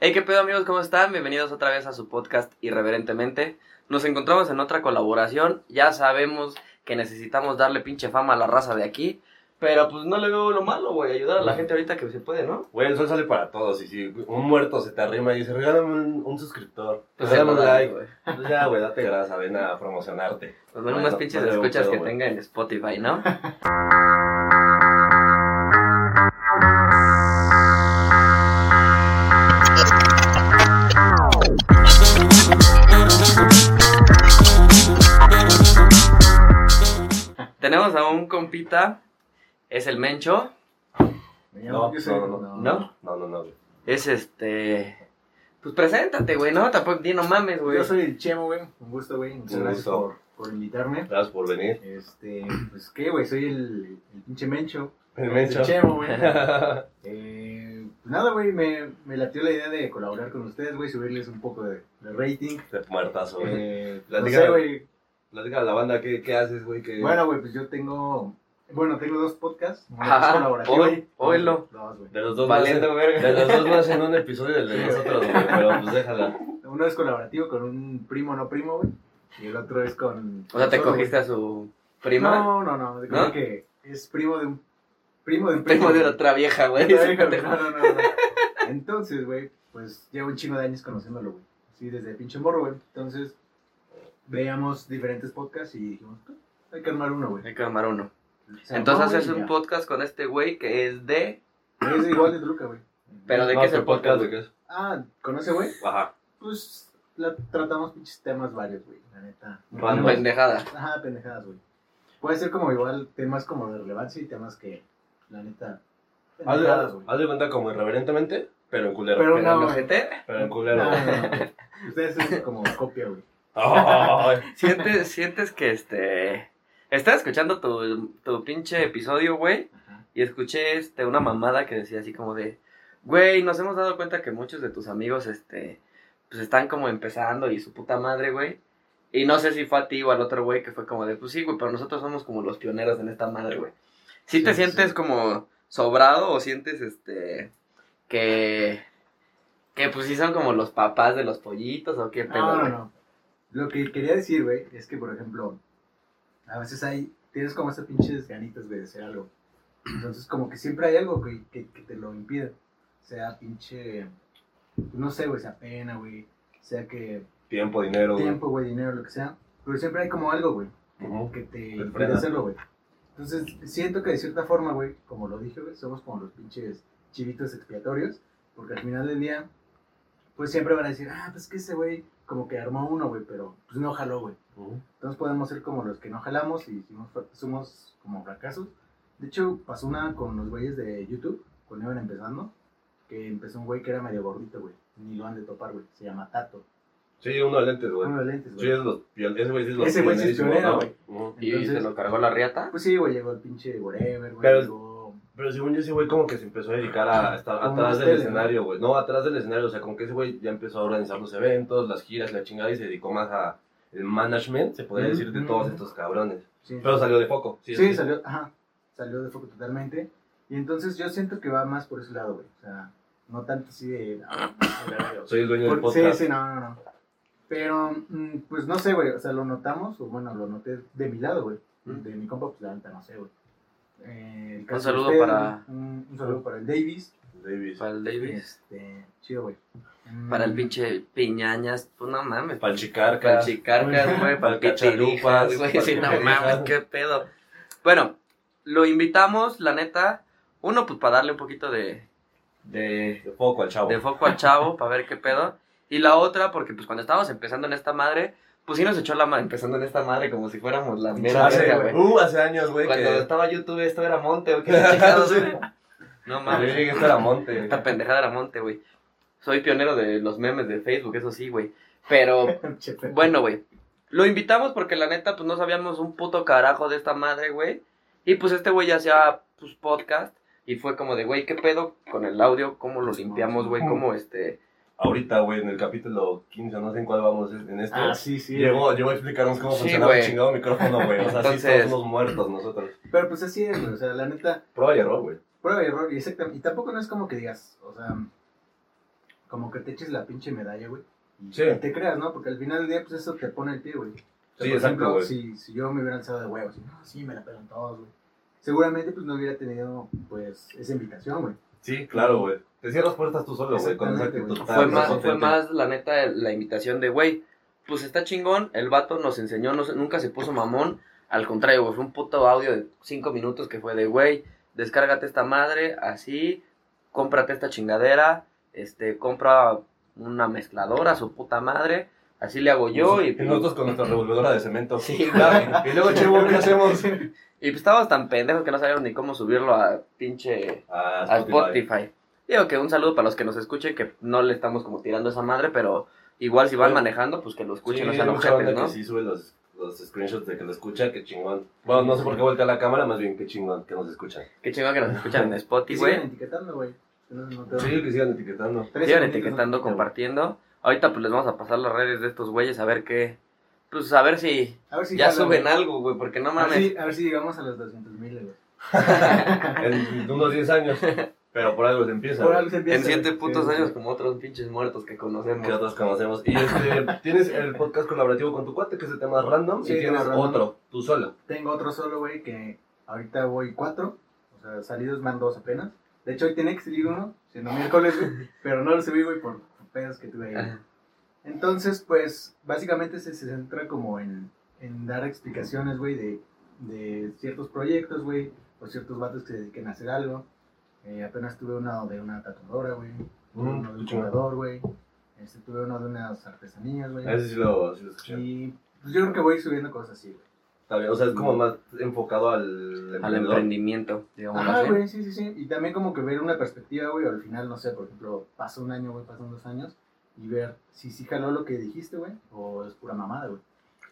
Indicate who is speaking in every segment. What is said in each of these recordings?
Speaker 1: Hey, qué pedo amigos, ¿cómo están? Bienvenidos otra vez a su podcast Irreverentemente. Nos encontramos en otra colaboración. Ya sabemos que necesitamos darle pinche fama a la raza de aquí. Pero pues no le veo lo malo, güey. Ayudar a la gente ahorita que se puede, ¿no?
Speaker 2: Güey, el sol sale para todos. Y si un muerto se te arrima y dice, regálame un, un suscriptor,
Speaker 1: Pues
Speaker 2: regálame
Speaker 1: no,
Speaker 2: un like.
Speaker 1: güey.
Speaker 2: Pues ya, güey, date grasa, ven a promocionarte.
Speaker 1: Pues bueno,
Speaker 2: Bueno,
Speaker 1: unas pinches
Speaker 2: no le veo un
Speaker 1: escuchas
Speaker 2: pedo,
Speaker 1: que
Speaker 2: güey.
Speaker 1: tenga en Spotify, ¿no? Tenemos a un compita, es el Mencho,
Speaker 2: No, no, no, no.
Speaker 1: ¿no?
Speaker 2: No, no, no, güey.
Speaker 1: Es este... Pues preséntate, güey, ¿no? Tampoco, di no mames, güey.
Speaker 3: Yo soy el Chemo, güey. Un gusto, güey. Muchas
Speaker 2: Un
Speaker 3: gracias
Speaker 2: gusto.
Speaker 3: por, por invitarme.
Speaker 2: Gracias por venir.
Speaker 3: Este, pues qué, güey, soy el, el pinche Mencho.
Speaker 2: El
Speaker 3: El
Speaker 2: mencho.
Speaker 3: Chemo, güey. Eh, pues nada, güey, me, me latió la idea de colaborar con ustedes, güey, subirles un poco de, de rating.
Speaker 2: Te muertazo, güey.
Speaker 3: Eh,
Speaker 2: La
Speaker 3: no
Speaker 2: liga-
Speaker 3: sé, güey.
Speaker 2: Platica a la banda, ¿qué, qué haces, güey? ¿Qué-
Speaker 3: Bueno, güey, pues yo tengo. Bueno, tengo dos podcasts. Una
Speaker 1: Ajá,
Speaker 3: es colaborativa.
Speaker 1: hoy- hoylo.
Speaker 3: Dos, güey.
Speaker 2: de los dos
Speaker 1: Valiendo,
Speaker 2: más en,
Speaker 1: verga.
Speaker 2: De los dos más en un episodio del de nosotros, güey. Pero pues déjala.
Speaker 3: Uno es colaborativo con un primo no primo, güey. Y el otro es con.
Speaker 1: O sea, te
Speaker 3: solo,
Speaker 1: cogiste
Speaker 3: güey.
Speaker 1: a su prima.
Speaker 3: No, no, no. Creo
Speaker 1: ¿No?
Speaker 3: que es primo de un. Primo de un
Speaker 1: Primo de
Speaker 3: güey.
Speaker 1: otra vieja, güey.
Speaker 3: Está bien, güey. No, no, no, no. Entonces, güey, pues llevo un chingo de años conociéndolo, güey. Sí, desde pinche morro, güey. Entonces, veíamos diferentes podcasts y dijimos, hay que armar uno, güey.
Speaker 1: Hay que armar uno.
Speaker 3: Se armó,
Speaker 1: Entonces
Speaker 3: güey,
Speaker 1: haces
Speaker 3: y
Speaker 1: un
Speaker 3: ya.
Speaker 1: podcast con este güey que es de...
Speaker 3: Es igual de Toluca, güey.
Speaker 1: Pero de
Speaker 2: No,
Speaker 1: qué es
Speaker 2: tu
Speaker 1: el podcast,
Speaker 2: ¿de qué es?
Speaker 3: Ah, ¿con ese güey?
Speaker 2: Ajá.
Speaker 3: Pues la, tratamos pinches temas varios, güey, la neta.
Speaker 2: Random.
Speaker 3: Pendejadas.
Speaker 1: Pendejada.
Speaker 3: Ajá, pendejadas, güey. Puede ser como igual temas como de relevancia y temas que, la neta,
Speaker 2: Haz de,
Speaker 3: pendejadas, güey.
Speaker 2: haz de cuenta como irreverentemente, pero en culero.
Speaker 3: Pero
Speaker 1: Pero
Speaker 3: no,
Speaker 1: en
Speaker 3: güey.
Speaker 1: ojete,
Speaker 2: Pero en
Speaker 3: No,
Speaker 2: culero.
Speaker 3: no, no. Ustedes es como copia, güey.
Speaker 2: Ay.
Speaker 1: sientes, sientes que este... Estaba escuchando tu, tu pinche episodio, güey,
Speaker 3: Ajá.
Speaker 1: y escuché este, una mamada que decía así como de... Güey, nos hemos dado cuenta que muchos de tus amigos, este... Pues están como empezando y su puta madre, güey. Y no sé si fue a ti o al otro güey que fue como de... Pues sí, güey, pero nosotros somos como los pioneros en esta madre, güey. ¿Sí, te
Speaker 3: Sí,
Speaker 1: sientes
Speaker 3: sí.
Speaker 1: como sobrado o sientes, este... Que... Que pues sí son como los papás de los pollitos o qué pedo,
Speaker 3: No, no,
Speaker 1: güey?
Speaker 3: no. Lo que quería decir, güey, es que, por ejemplo, a veces hay, tienes como esas pinches ganitas güey, de hacer algo. Entonces, como que siempre hay algo que, que, que te lo impide. Sea pinche, no sé, güey, sea pena, güey, sea que
Speaker 2: Tiempo, dinero, güey.
Speaker 3: tiempo, güey, dinero, lo que sea. Pero siempre hay como algo, güey,
Speaker 2: Ujú.
Speaker 3: que te impide
Speaker 2: frena.
Speaker 3: hacerlo, güey. Entonces, siento que de cierta forma, güey, como lo dije, güey, somos como los pinches chivitos expiatorios, porque al final del día, pues siempre van a decir, ah, pues que ese güey como que armó uno, güey, pero pues no jaló, güey.
Speaker 2: Ujú.
Speaker 3: Entonces podemos ser como los que no jalamos y somos, somos como fracasos. De hecho, pasó una con los güeyes de YouTube, cuando iban empezando, que empezó un güey que era medio gordito, güey. Ni lo han de topar, güey. Se llama Tato.
Speaker 2: Sí, uno de lentes, güey.
Speaker 3: Uno de lentes,
Speaker 2: Sí,
Speaker 3: güey.
Speaker 2: es los pion- ese güey sí es los
Speaker 3: Ah, Ese güey sí es
Speaker 2: pionerísimos,
Speaker 3: pionero,
Speaker 2: ¿no? Ujú.
Speaker 1: ¿Y se
Speaker 3: Entonces-
Speaker 1: lo cargó la riata?
Speaker 3: Pues sí, güey, llegó el pinche whatever, güey.
Speaker 2: Pero-
Speaker 3: llegó-
Speaker 2: Pero según yo, ese güey como que se empezó a dedicar a estar
Speaker 3: Ah, Como
Speaker 2: atrás
Speaker 3: más
Speaker 2: del
Speaker 3: tele,
Speaker 2: escenario, güey. No, atrás del escenario, o sea, como que ese güey ya empezó a organizar los eventos, las giras, la chingada, y se dedicó más a el management, se podría
Speaker 3: Ujú.
Speaker 2: decir, de todos estos cabrones.
Speaker 3: sí.
Speaker 2: Pero salió de foco.
Speaker 3: Sí,
Speaker 2: sí.
Speaker 3: salió, ajá, salió de foco totalmente. Y entonces yo siento que va más por ese lado, güey. O sea, no tanto así de.
Speaker 2: Soy el dueño del
Speaker 3: Por- sí,
Speaker 2: podcast.
Speaker 3: sí, no, no, no. Pero, mm, pues no sé, güey. O sea, lo notamos, o bueno, lo noté de mi lado, güey.
Speaker 1: Mm.
Speaker 3: De mi compa, pues la neta, no sé, güey. Eh, el
Speaker 1: Un
Speaker 3: caso de
Speaker 1: saludo
Speaker 3: ustedes,
Speaker 1: para-
Speaker 3: güey, Un, un saludo para el Davis.
Speaker 2: Davis.
Speaker 1: Para el Davis.
Speaker 3: Este, chido, güey. Mm,
Speaker 1: Para el pinche piñañas. Pues no mames. Para
Speaker 2: Para el chicarca.
Speaker 1: el chicarcas, güey. Para el
Speaker 2: Pa'l cacharupas,
Speaker 1: pitirijas, güey.
Speaker 2: pa'l
Speaker 1: Sí, no
Speaker 2: pitirijas.
Speaker 1: mames, qué pedo. Bueno, lo invitamos, la neta. Uno, pues para darle un poquito de, de,
Speaker 2: De foco al chavo.
Speaker 1: de foco al chavo, para ver qué pedo. Y la otra, porque pues cuando estábamos empezando en esta madre, pues sí nos echó la mano empezando en esta madre como si fuéramos la mera
Speaker 2: hace,
Speaker 1: verga, güey.
Speaker 2: uh, hace años, güey,
Speaker 1: Cuando
Speaker 2: que...
Speaker 1: estaba YouTube esto era monte, o qué chingados,
Speaker 2: Sí.
Speaker 1: güey. No
Speaker 2: Yo
Speaker 1: mames.
Speaker 2: llegué este hasta la monte.
Speaker 1: Esta pendejada era monte, güey. Soy pionero de los memes de Facebook, eso sí, güey. Pero,
Speaker 3: che, güey.
Speaker 1: bueno, güey. Lo invitamos porque la neta, pues no sabíamos un puto carajo de esta madre, güey. Y pues este güey ya hacía sus podcast. Y fue como de, güey, ¿qué pedo con el audio? ¿Cómo lo limpiamos, güey? ¿Cómo este.?
Speaker 2: Ahorita, güey, en el capítulo 15, no sé en cuál vamos, en este...
Speaker 3: Ah, sí, sí.
Speaker 2: Llegó, llegó a explicarnos cómo
Speaker 1: Sí,
Speaker 2: funcionaba
Speaker 1: güey.
Speaker 2: el chingado micrófono, güey. O sea, sí,
Speaker 1: Entonces-
Speaker 2: todos somos muertos nosotros.
Speaker 3: Pero pues así es, güey. O sea, la neta.
Speaker 2: Prueba y error, güey.
Speaker 3: prueba y error, y exactamente. Y tampoco no es como que digas, o sea, como que te eches la pinche medalla, güey. Y
Speaker 2: Sí.
Speaker 3: y te creas, ¿no? Porque al final del día, pues eso te pone el pie, güey. O sea,
Speaker 2: Sí, exacto, güey.
Speaker 3: si, si yo me hubiera alzado de huevos, y, no, sí, me la pelan todos, güey. Seguramente, pues no hubiera tenido, pues, esa invitación, güey.
Speaker 2: Sí, claro, güey. Te cierras puertas tú solo, güey, con esa
Speaker 3: Exactamente,
Speaker 2: actitud.
Speaker 3: güey.
Speaker 2: tan
Speaker 1: Fue más,
Speaker 2: prepotente.
Speaker 1: fue más, la neta, la invitación de, güey, pues está chingón, el vato nos enseñó, no se- nunca se puso mamón, al contrario, güey, fue un puto audio de cinco minutos que fue de, güey, descárgate esta madre, así, cómprate esta chingadera, este, compra una mezcladora, su puta madre, así le hago yo y...
Speaker 2: Y nosotros con nuestra revolvedora de cemento.
Speaker 1: Sí,
Speaker 2: claro. Y luego, Chevo, ¿qué hacemos?
Speaker 1: Y pues estábamos tan pendejos que no sabíamos ni cómo subirlo a pinche...
Speaker 2: A
Speaker 1: a Spotify. Digo que un saludo para los que nos escuchen, que no le estamos como tirando esa madre, pero igual si van
Speaker 2: Sí.
Speaker 1: manejando, pues que lo escuchen,
Speaker 2: Sí,
Speaker 1: no
Speaker 2: hay
Speaker 1: sean
Speaker 2: mucha
Speaker 1: ojetes,
Speaker 2: banda
Speaker 1: ¿no?
Speaker 2: que sí sube los, los screenshots de que lo escucha, qué chingón. Bueno, no sé por qué voltea la cámara, más bien qué chingón que nos escuchan.
Speaker 1: Qué chingón que nos escuchan en
Speaker 3: Y
Speaker 1: Spotify,
Speaker 3: siguen
Speaker 1: güey.
Speaker 3: etiquetando, güey. No, no te-
Speaker 2: Sí, que sigan etiquetando.
Speaker 3: Tres
Speaker 1: Sigan
Speaker 3: segunditos,
Speaker 1: etiquetando,
Speaker 3: ¿no?
Speaker 1: compartiendo. Ahorita pues les vamos a pasar las redes de estos güeyes a ver qué... Pues a ver si
Speaker 3: A Ah, ver si
Speaker 1: ya
Speaker 3: jalan,
Speaker 1: suben
Speaker 3: güey.
Speaker 1: algo, güey, porque no
Speaker 3: A ver,
Speaker 1: mames.
Speaker 3: si, a ver si llegamos a los 200 mil, güey.
Speaker 2: En unos 10 años. Pero por algo se empieza.
Speaker 3: Por
Speaker 2: güey,
Speaker 3: algo se empieza,
Speaker 1: En siete
Speaker 3: güey.
Speaker 1: putos
Speaker 3: Sí,
Speaker 1: años
Speaker 3: güey.
Speaker 1: como otros pinches muertos que conocemos.
Speaker 2: Que otros conocemos. Y este, tienes el podcast colaborativo con tu cuate, que es de temas random,
Speaker 3: Sí,
Speaker 2: y tienes
Speaker 3: temas random.
Speaker 2: otro, tú solo.
Speaker 3: Tengo otro solo, güey, que ahorita voy cuatro. O sea, salidos van dos apenas. De hecho, hoy tenía que salir uno, siendo miércoles, güey. pero no lo subí, güey, por pedos que tuve ahí. güey.
Speaker 1: Ajá.
Speaker 3: Entonces, pues, básicamente se, se centra como en, en dar explicaciones, güey, de, de ciertos proyectos, güey, o ciertos vatos que se dediquen a hacer algo. Eh, apenas tuve uno de una tatuadora, güey, tuve
Speaker 2: Mm,
Speaker 3: uno de un
Speaker 2: chingón.
Speaker 3: jugador, güey, este, tuve uno de unas artesanías, güey.
Speaker 2: Ese sí lo, sí lo escuché.
Speaker 3: Y pues, yo creo que voy subiendo cosas así, güey.
Speaker 2: Está bien, o sea, es
Speaker 3: Mm.
Speaker 2: como más enfocado al
Speaker 1: Al
Speaker 2: emprendedor.
Speaker 1: emprendimiento, digamos
Speaker 3: Ajá,
Speaker 1: así.
Speaker 3: Ah, güey, sí, sí, sí. Y también como que ver una perspectiva, güey, al final, no sé, por ejemplo, pasa un año, güey, pasan dos años, y ver si sí jaló lo que dijiste, güey, o es pura mamada, güey.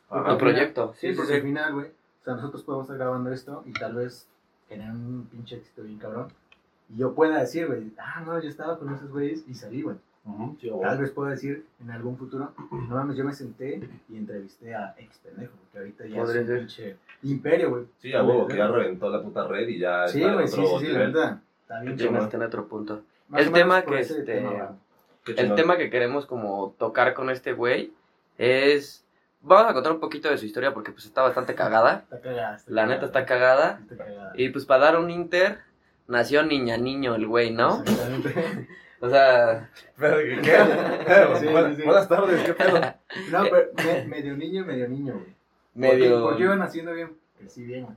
Speaker 2: Ajá.
Speaker 1: Tu proyecto.
Speaker 3: Sí,
Speaker 1: Sí, sí,
Speaker 3: porque al
Speaker 1: sí.
Speaker 3: final, güey, o sea, nosotros podemos estar grabando esto y tal vez tener un pinche éxito bien cabrón. Y yo pueda decir, güey, ah, no, yo estaba con esos güeyes y salí, güey.
Speaker 2: Ujú, Ah, sí, güey.
Speaker 3: Tal vez pueda decir en algún futuro, no mames, yo me senté y entrevisté a ex pendejo, porque ahorita ya
Speaker 1: Podría
Speaker 3: es un
Speaker 1: ser.
Speaker 3: pinche imperio, güey.
Speaker 2: Sí, a huevo, que ya reventó la puta red y
Speaker 1: Ah,
Speaker 2: ya
Speaker 3: Sí,
Speaker 2: está en
Speaker 3: güey, sí,
Speaker 2: otro
Speaker 3: sí, sí, la
Speaker 2: nivel.
Speaker 3: verdad. Está bien
Speaker 2: Pinche
Speaker 3: chingón.
Speaker 1: Está en otro punto.
Speaker 3: Más
Speaker 1: El
Speaker 3: o menos
Speaker 1: tema
Speaker 3: por
Speaker 1: que,
Speaker 3: ese
Speaker 1: este,
Speaker 3: va.
Speaker 2: Qué
Speaker 1: El
Speaker 2: chingón.
Speaker 1: tema que queremos como tocar con este güey es... Vamos a contar un poquito de su historia porque pues está bastante cagada.
Speaker 3: Está cagada. está
Speaker 1: La
Speaker 3: cagada.
Speaker 1: neta está cagada.
Speaker 3: Está cagada.
Speaker 1: Y pues para dar un inter, nació niña niño el güey, ¿no?
Speaker 3: Exactamente.
Speaker 1: O sea,
Speaker 2: Pero, ¿qué?
Speaker 3: Sí,
Speaker 2: Buenas-
Speaker 3: sí.
Speaker 2: Buenas tardes, ¿qué pedo?
Speaker 3: No, pero me- medio niño, medio niño, güey. Porque,
Speaker 1: medio...
Speaker 3: porque iban haciendo bien. Crecí bien, güey.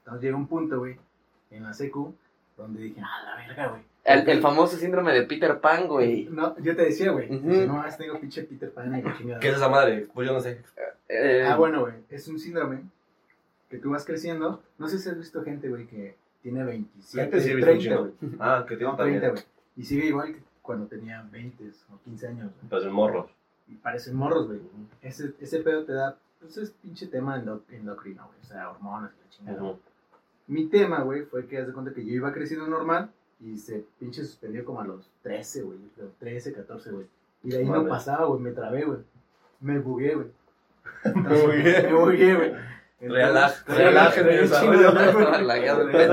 Speaker 3: Entonces llega un punto, güey, en la secu, donde dije, ah, la verga, güey.
Speaker 1: El, el famoso síndrome de Peter Pan, güey.
Speaker 3: No, yo te decía, güey,
Speaker 1: Ujú.
Speaker 3: dije, no más tengo pinche Peter Pan y la chingada.
Speaker 2: ¿Qué es esa madre? Pues yo no sé.
Speaker 1: Eh,
Speaker 3: Ah, bueno, güey, es un síndrome que tú vas creciendo. No sé si has visto gente, güey, que tiene 27,
Speaker 2: Gente sí he visto un
Speaker 3: 30,
Speaker 2: chingo.
Speaker 3: güey.
Speaker 2: Ah, que tiene
Speaker 3: No, 30,
Speaker 2: también.
Speaker 3: güey. Y sigue igual que cuando tenía 20 o 15 años, güey.
Speaker 2: Pues el morro.
Speaker 3: y parecen morros, güey. Ese, ese pedo te da, pues es pinche tema endo- endocrino, güey. O sea, hormonas, la chingada.
Speaker 2: Ujú.
Speaker 3: Mi tema, güey, fue que haz de cuenta que yo iba creciendo normal y se pinche suspendió como a los 13, güey. yo creo, 13, 14, güey. Y de ahí no
Speaker 2: Mames.
Speaker 3: pasaba, güey. Me trabé, güey. Me bugué, güey.
Speaker 2: Me bugué.
Speaker 3: Me bugué, güey.
Speaker 2: Relaj-
Speaker 3: Entonces-
Speaker 2: relaje de
Speaker 3: Sí,
Speaker 2: desarrollo.
Speaker 3: chingada,
Speaker 1: La guía del
Speaker 3: güey.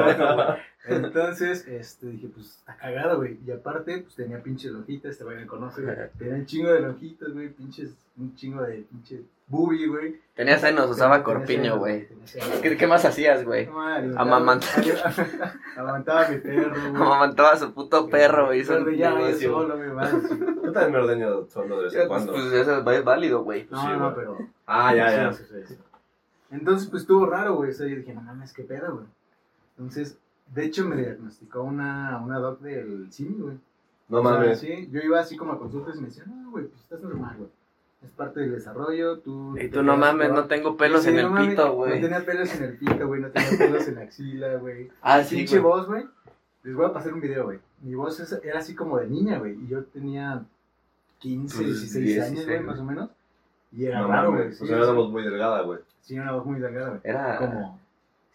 Speaker 3: Entonces, este, dije, pues está cagado, güey. Y aparte, pues tenía pinches lonjitas, este güey me conoce, güey. Tenía un chingo de lonjitas, güey, pinches, un chingo de pinche boobie, güey.
Speaker 1: tenía senos, usaba
Speaker 3: Tenía
Speaker 1: corpiño,
Speaker 3: senos,
Speaker 1: güey.
Speaker 3: tenía senos.
Speaker 1: ¿Qué, qué más hacías, güey?
Speaker 3: No, alimentaba-
Speaker 1: Amamantaba.
Speaker 3: Amamantaba a mi perro, güey.
Speaker 1: Amamantaba a su puto perro, güey. Eso-
Speaker 3: Pero ya güey,
Speaker 2: negocio.
Speaker 3: solo, güey, vale, sí.
Speaker 2: Yo también me ordeño solo de vez en
Speaker 1: Pues
Speaker 2: cuando.
Speaker 1: eso es válido, güey.
Speaker 3: No,
Speaker 2: Sí,
Speaker 3: no,
Speaker 2: güey.
Speaker 3: pero.
Speaker 2: Ah, ya, ya.
Speaker 3: Sí, sí, sí, sí. Entonces, pues estuvo raro, güey. O sea, yo dije, no mames, qué pedo, güey. Entonces, de hecho, me diagnosticó una, una doc del CIMI, güey.
Speaker 2: No
Speaker 3: O sea,
Speaker 2: mames.
Speaker 3: sí, yo iba así como a consultas y me decían, no, güey, pues estás normal, güey. Es parte del desarrollo, tú...
Speaker 1: Y tú no mames, no tengo pelos
Speaker 3: Sí,
Speaker 1: en
Speaker 3: no
Speaker 1: el
Speaker 3: mames,
Speaker 1: pito,
Speaker 3: No
Speaker 1: güey.
Speaker 3: tenía pelos en el pito, güey, no tenía pelos en la axila, güey.
Speaker 1: Ah, sí,
Speaker 3: Pinche
Speaker 1: güey.
Speaker 3: voz, güey. Les voy a pasar un video, güey. Mi voz es- era así como de niña, güey, y yo tenía 15,
Speaker 1: Pues,
Speaker 3: 16 años,
Speaker 1: 16,
Speaker 3: güey,
Speaker 1: güey.
Speaker 3: más o menos. Y era
Speaker 2: No
Speaker 3: raro,
Speaker 2: mames.
Speaker 3: güey. Sí,
Speaker 2: O sea,
Speaker 3: sí,
Speaker 2: éramos muy delgada, güey.
Speaker 3: sí, una voz muy delgada, güey.
Speaker 1: Era...
Speaker 3: Como,